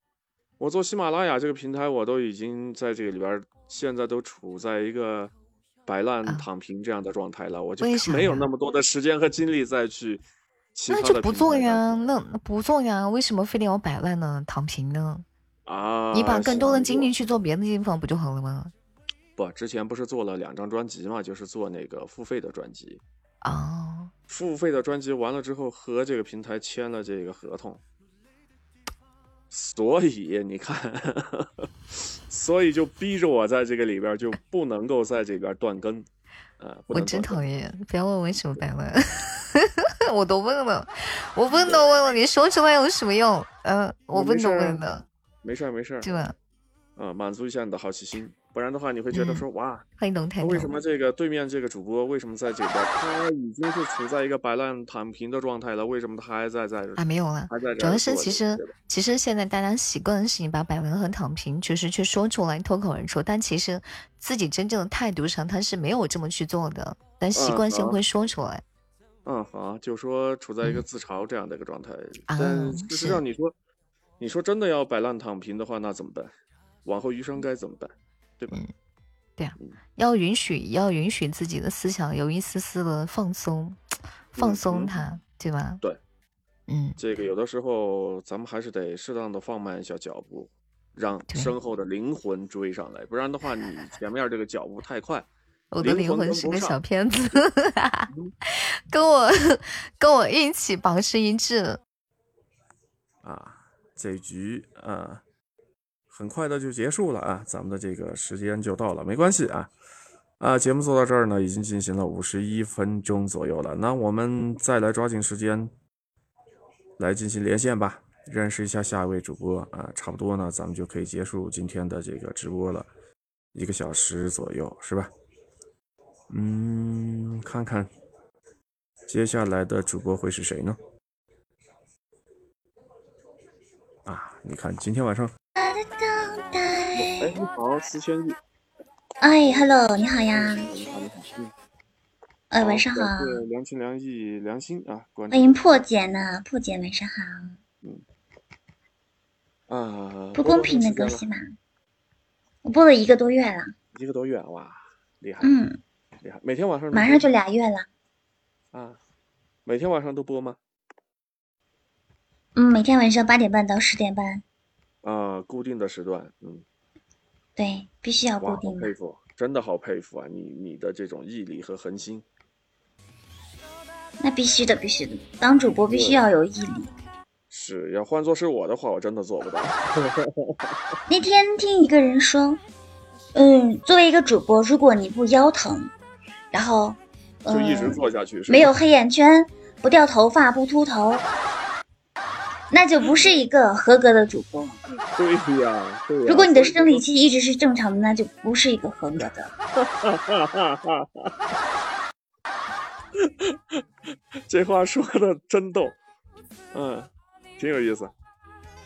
S1: 我做喜马拉雅这个平台，我都已经在这个里边儿，现在都处在一个摆烂
S11: 啊
S1: 躺平这样的状态了，我就
S11: 为啥
S1: 没有那
S11: 呀
S1: 么多的时间和精力再去其
S11: 啊那
S1: 他
S11: 就
S1: 的
S11: 不
S1: 平
S11: 做
S1: 台
S11: 呀，
S1: 上去
S11: 那那不做呀，为什么非得要摆烂呢？躺平呢？
S1: 啊。
S11: 你把更多的
S1: 想
S11: 精
S1: 过
S11: 力去做别的地方不就好了吗？
S1: 不，之前不是做了两张专辑嘛，就是做那个付费的专辑。
S11: 哦，
S1: 付费的专辑完了之后，和这个平台签了这个合同，所以你看， 所以就逼着我在这个里边儿就不能够在这边儿断更，呃，不
S11: 我
S1: 能
S11: 真
S1: 断更
S11: 讨厌，不要问为什么白问， 我都问了，我问都问了，你说出来有什么用？呃，我
S1: 我没
S11: 问都
S1: 事儿啊
S11: 问了，
S1: 没事儿没事儿，
S11: 对吧？
S1: 啊，满足一下你的好奇心，不然的话你会
S11: 嗯
S1: 觉得说哇，
S11: 欢迎龙
S1: 那
S11: 抬头。
S1: 啊为什么这个对面这个主播为什么在这边儿？他已经是处在一个摆烂躺平的状态了，为什么他还在在这儿
S11: 啊，没有了。
S1: 还在这儿做这个？
S11: 主要是其实
S1: 对吧
S11: 其实现在大家习惯性把百闻和躺平就是去说出来脱口而出，但其实自己真正的态度上他是没有这么去做的，但习
S1: 嗯
S11: 惯性
S1: 好
S11: 会说出来。
S1: 嗯，好，就说处在一个
S11: 嗯
S1: 自嘲这样的一个状态，
S11: 啊
S1: 但事
S11: 是
S1: 实上你说，你说真的要摆烂躺平的话，那怎么办？往后余生该怎么办？对吧？
S11: 要允许要允许自己的思想有一丝丝的放松，放
S1: 嗯
S11: 松
S1: 嗯
S11: 它，对吧？
S1: 对，
S11: 嗯，
S1: 这个有的时候咱们还是得适当的放慢一下脚步，让
S11: 对
S1: 身后的灵魂追上来，不然的话，你前面这个脚步太快，
S11: 我的
S1: 灵
S11: 灵
S1: 魂
S11: 魂
S1: 跟
S11: 是
S1: 不
S11: 个小
S1: 上嗯
S11: 骗子， 跟我跟我运气保持一致。
S7: 啊，这局啊，很快的就结束了啊，咱们的这个时间就到了，没关系啊。啊，节目做到这儿呢，已经进行了五十一分钟左右了，那我们再来抓紧时间来进行连线吧，认识一下下一位主播啊，差不多呢，咱们就可以结束今天的这个直播了，一个小时左右是吧？嗯，看看接下来的主播会是谁呢？啊，你看今天晚上。
S1: 哎，你好，思千玉，
S12: 哎，hello，你好呀，
S1: 你好，你好，嗯，
S12: 哎，晚上好，
S1: 感谢良禽良艺良心啊，关嗯
S12: 欢迎破解呢，破解晚上好，
S1: 啊，
S12: 不
S1: 播多
S12: 公
S1: 长
S12: 平的
S1: 时间
S12: 游
S1: 了
S12: 戏嘛，我播了一个多月了，
S1: 一个多月哇，厉害
S12: 嗯，
S1: 厉害，每天晚上都
S12: 马
S1: 播
S12: 上就俩月了，
S1: 啊，每天晚上都播吗？
S12: 嗯，每天晚上八点半到十点半，
S1: 啊，固定的时段，嗯，
S12: 对，必须要
S1: 哇，
S12: 固
S1: 好
S12: 定的
S1: 佩，服，真的好佩服啊！你你的这种毅力和恒心，
S12: 那必须的，必须的，当主播必须要有毅力。
S1: 是要换做是我的话，我真的做不到。
S12: 那天听一个人说，嗯，作为一个主播，如果你不腰疼，然后，
S1: 就一直
S12: 嗯
S1: 做下去，是
S12: 没有
S1: 吧
S12: 黑眼圈，不掉头发，不秃头，那就不是一个合格的主播。
S1: 对呀、对呀、
S12: 如果你的
S1: 所以
S12: 生理
S1: 说
S12: 期一直是正常的，那就不是一个合格的。
S1: 这话说的真逗，嗯，挺有意思，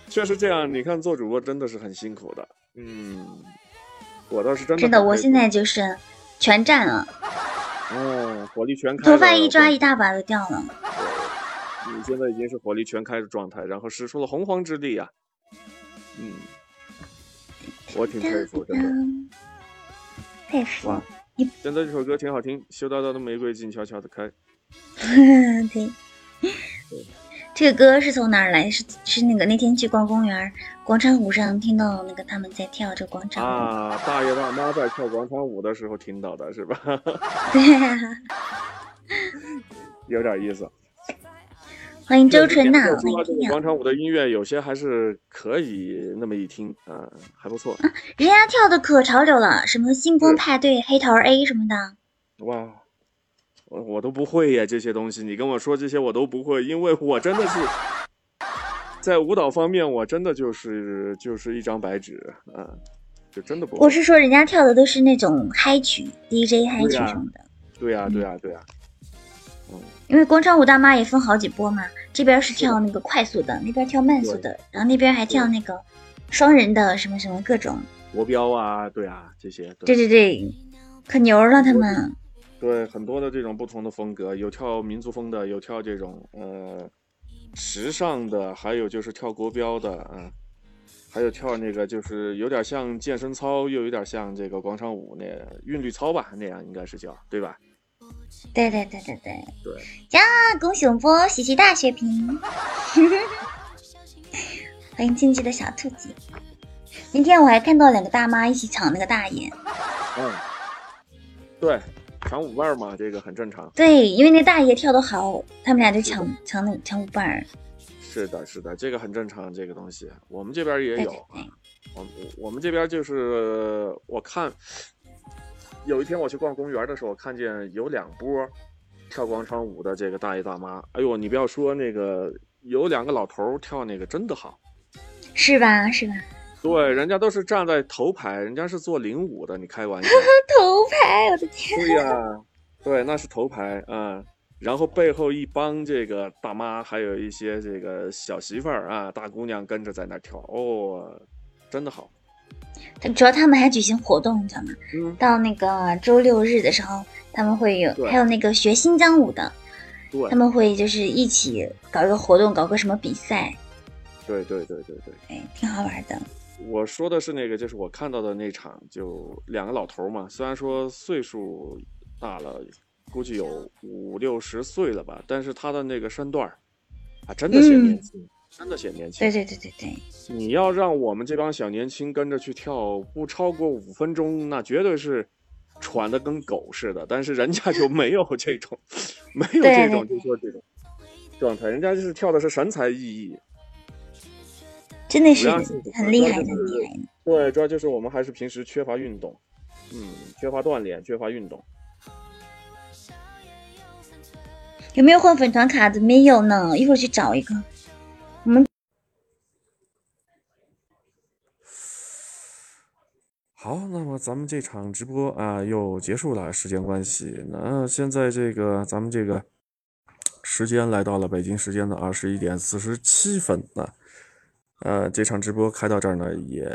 S1: 确实这样。你看做主播真的是很辛苦的，嗯，我倒是真的
S12: 真的，
S1: 很
S12: 我
S1: 佩
S12: 现
S1: 服
S12: 在就是全占了，
S1: 哦，火力全开
S12: 头发
S1: 了
S12: 一
S1: 我
S12: 抓一大把的掉了。
S1: 你现在已经是火力全开的状态，然后使出了洪荒之力呀、嗯，我挺佩服，真的。
S12: 嗯佩服
S1: 哇，现在这首歌挺好听，《羞答答的玫瑰静悄悄 的开》。
S12: 嗯对。这个歌是从哪儿来？是是那个那天去逛公园儿广场舞上听到那个他们在跳这广场舞。
S1: 啊，大爷大妈在跳广场舞的时候听到的是吧？
S12: 对啊，
S1: 有点意思。
S12: 欢迎周纯呐，
S1: 我
S12: 欢
S1: 说
S12: 迎
S1: 这
S12: 听
S1: 个
S12: 友
S1: 广。场舞的音乐有些还是可以那么一听啊、还不错。
S12: 人家跳的可潮流了，什么星光派对、黑桃 A 什么的，
S1: 哇，我我都不会耶，这些东西你跟我说这些我都不会，因为我真的是在舞蹈方面，我真的就是就是一张白纸啊、就真的不会。
S12: 我是说人家跳的都是那种嗨曲、DJ 嗨曲
S1: 对啊
S12: 什么的。
S1: 对呀、对呀、对呀、
S12: 因为广场舞大妈也分好几波嘛，这边是跳那个快速的，那边跳慢速的，然后那边还跳那个双人的什么什么各种。
S1: 国标啊，对啊，这些对
S12: 对对对，可牛了他们。
S1: 对，很多的这种不同的风格，有跳民族风的，有跳这种呃时尚的，还有就是跳国标的，嗯，还有跳那个就是有点像健身操，又有点像这个广场舞那韵律操吧，那样应该是叫对吧？
S12: 对对对对对。
S1: 对
S12: 呀，恭喜我们波喜喜大血瓶！ 欢迎静静的小兔子。那天我还看到两个大妈一起抢那个大爷，
S11: 嗯，对，抢舞伴儿嘛，这个很正常。
S12: 对，因为那大爷跳得好，他们俩就抢抢那抢舞伴儿。
S11: 是的，是的，这个很正常，这个东西我们这边儿也
S12: 对
S11: 有
S12: 对。
S11: 啊
S1: 嗯
S12: 对，
S11: 我们我们这边就是我看，有一天我去逛公园的时候，看见有两波跳广场舞的这个大爷大妈。哎呦，你不要说那个，有两个老头儿跳那个真的好。
S12: 是吧？是吧？
S11: 对，人家都是站在头排，人家是做领舞的，你开玩笑？
S12: 头牌，我的天！
S11: 对呀、对，那是头排，嗯。然后背后一帮这个大妈，还有一些这个小媳妇儿啊、大姑娘跟着在那儿跳，哦，真的好。
S12: 他主要他们还举行活动，你知道吗？
S11: 嗯，
S12: 到那个周六日的时候，他们会有，
S11: 对
S12: 还有那个学新疆舞的，
S11: 对
S12: 他，们会就是一起搞一个活动，搞个什么比赛，
S11: 对对对对对。
S12: 哎，挺好玩的。
S11: 我说的是那个，就是我看到的那场，就两个老头儿嘛，虽然说岁数大了，估计有五六十岁了吧，但是他的那个身段儿啊，真的显年轻，真的显年轻。
S12: 对对对对对，
S11: 你要让我们这帮小年轻跟着去跳，不超过五分钟，那绝对是喘的跟狗似的。但是人家就没有这种， 没有这种，就
S12: 对
S11: 说这种状态，人家就是跳的是神采奕奕。
S12: 真的是
S11: 主要是
S12: 很厉害的，
S11: 主要
S12: 很
S11: 就是
S12: 厉害的。
S11: 对，主要就是我们还是平时缺乏运动，嗯，缺乏锻炼，缺乏运动。
S12: 有没有换粉团卡的？没有呢，一会儿去找一个。
S1: 好，那么咱们这场直播啊、又结束了，时间关系。那现在这个咱们这个时间来到了北京时间的二十一点四十七分啊。呃，这场直播开到这儿呢，也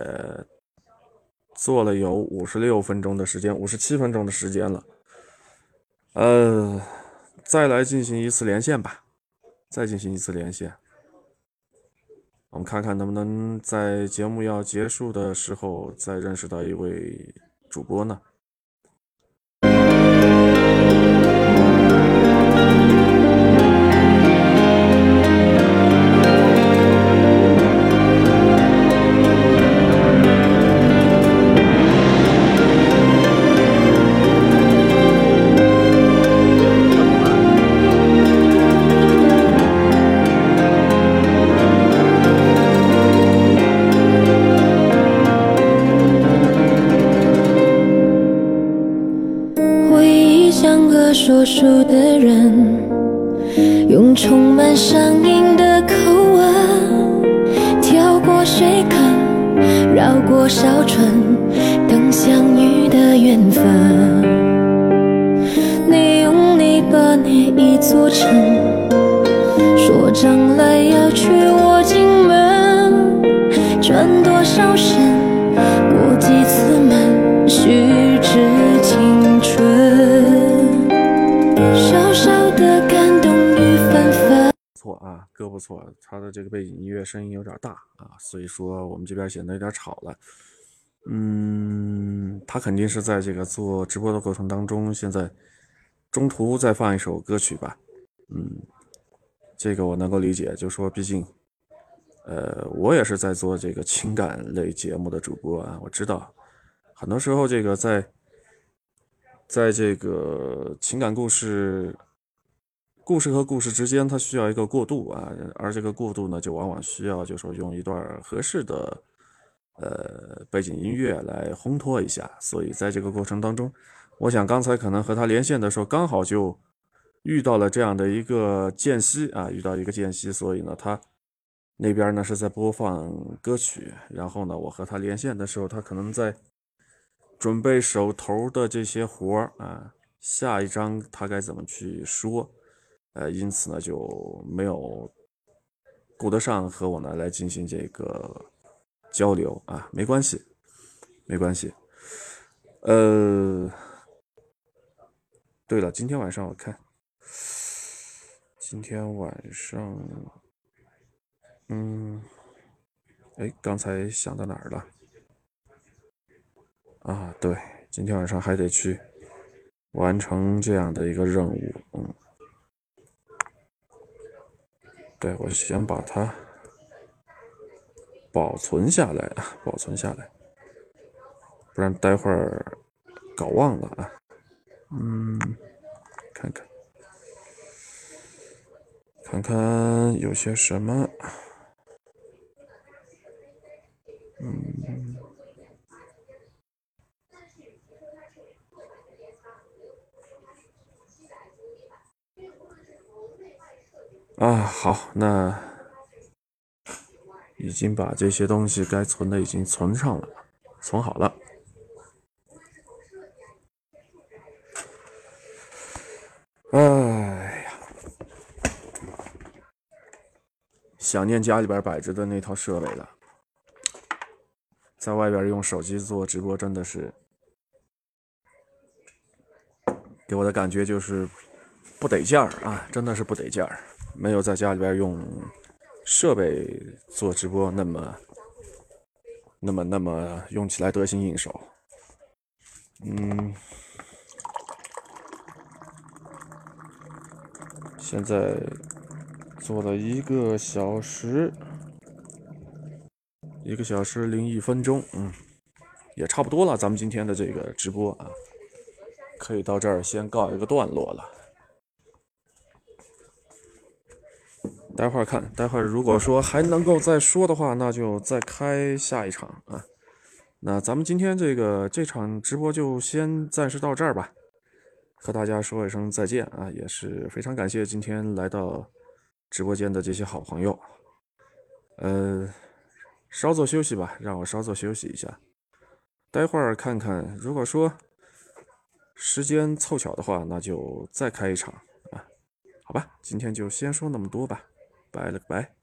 S1: 做了有五十六分钟的时间，五十七分钟的时间了。呃，再来进行一次连线吧，再进行一次连线。我们看看能不能在节目要结束的时候再认识到一位主播呢？
S7: 回忆像个说书的人，用充满乡音的口吻，跳过水坑，绕过小村，等相遇的缘分。你用你把那一座城，说将来要娶我进门，转多少身。过几次门，虚掷青春。小小的感动与纷纷，
S1: 不错啊，歌不错，他的这个背景音乐声音有点大啊，所以说我们这边显得有点吵了。嗯，他肯定是在这个做直播的过程当中，现在中途再放一首歌曲吧。嗯，这个我能够理解，就说毕竟，呃，我也是在做这个情感类节目的主播啊，我知道，很多时候这个在，在这个情感故事、故事和故事之间，它需要一个过渡啊，而这个过渡呢，就往往需要就说用一段合适的。呃，背景音乐来烘托一下，所以在这个过程当中，我想刚才可能和他连线的时候，刚好就遇到了这样的一个间隙啊，遇到一个间隙，所以呢，他那边呢是在播放歌曲，然后呢，我和他连线的时候，他可能在准备手头的这些活儿啊，下一章他该怎么去说，呃，因此呢就没有顾得上和我呢来进行这个交流啊，没关系，没关系，呃。对了，今天晚上我看，今天晚上，嗯，哎，刚才想到哪儿了？啊，对，今天晚上还得去完成这样的一个任务，嗯，对，我先把它保存下来啊，保存下来，不然待会儿搞忘了啊。嗯，看看，看看有些什么。嗯，啊，好，那已经把这些东西该存的已经存上了，存好了。哎呀，想念家里边摆着的那套设备了，在外边用手机做直播真的是，给我的感觉就是不得劲儿啊，真的是不得劲儿，没有在家里边用设备做直播那么，那么那么用起来得心应手，嗯。现在做了一个小时，一个小时零一分钟，嗯，也差不多了。咱们今天的这个直播啊，可以到这儿先告一个段落了。待会儿看，待会儿如果说还能够再说的话，那就再开下一场啊。那咱们今天这个这场直播就先暂时到这儿吧。和大家说一声再见啊，也是非常感谢今天来到直播间的这些好朋友。呃，稍作休息吧，让我稍作休息一下。待会儿看看，如果说时间凑巧的话，那就再开一场啊。好吧，今天就先说那么多吧，拜了个拜。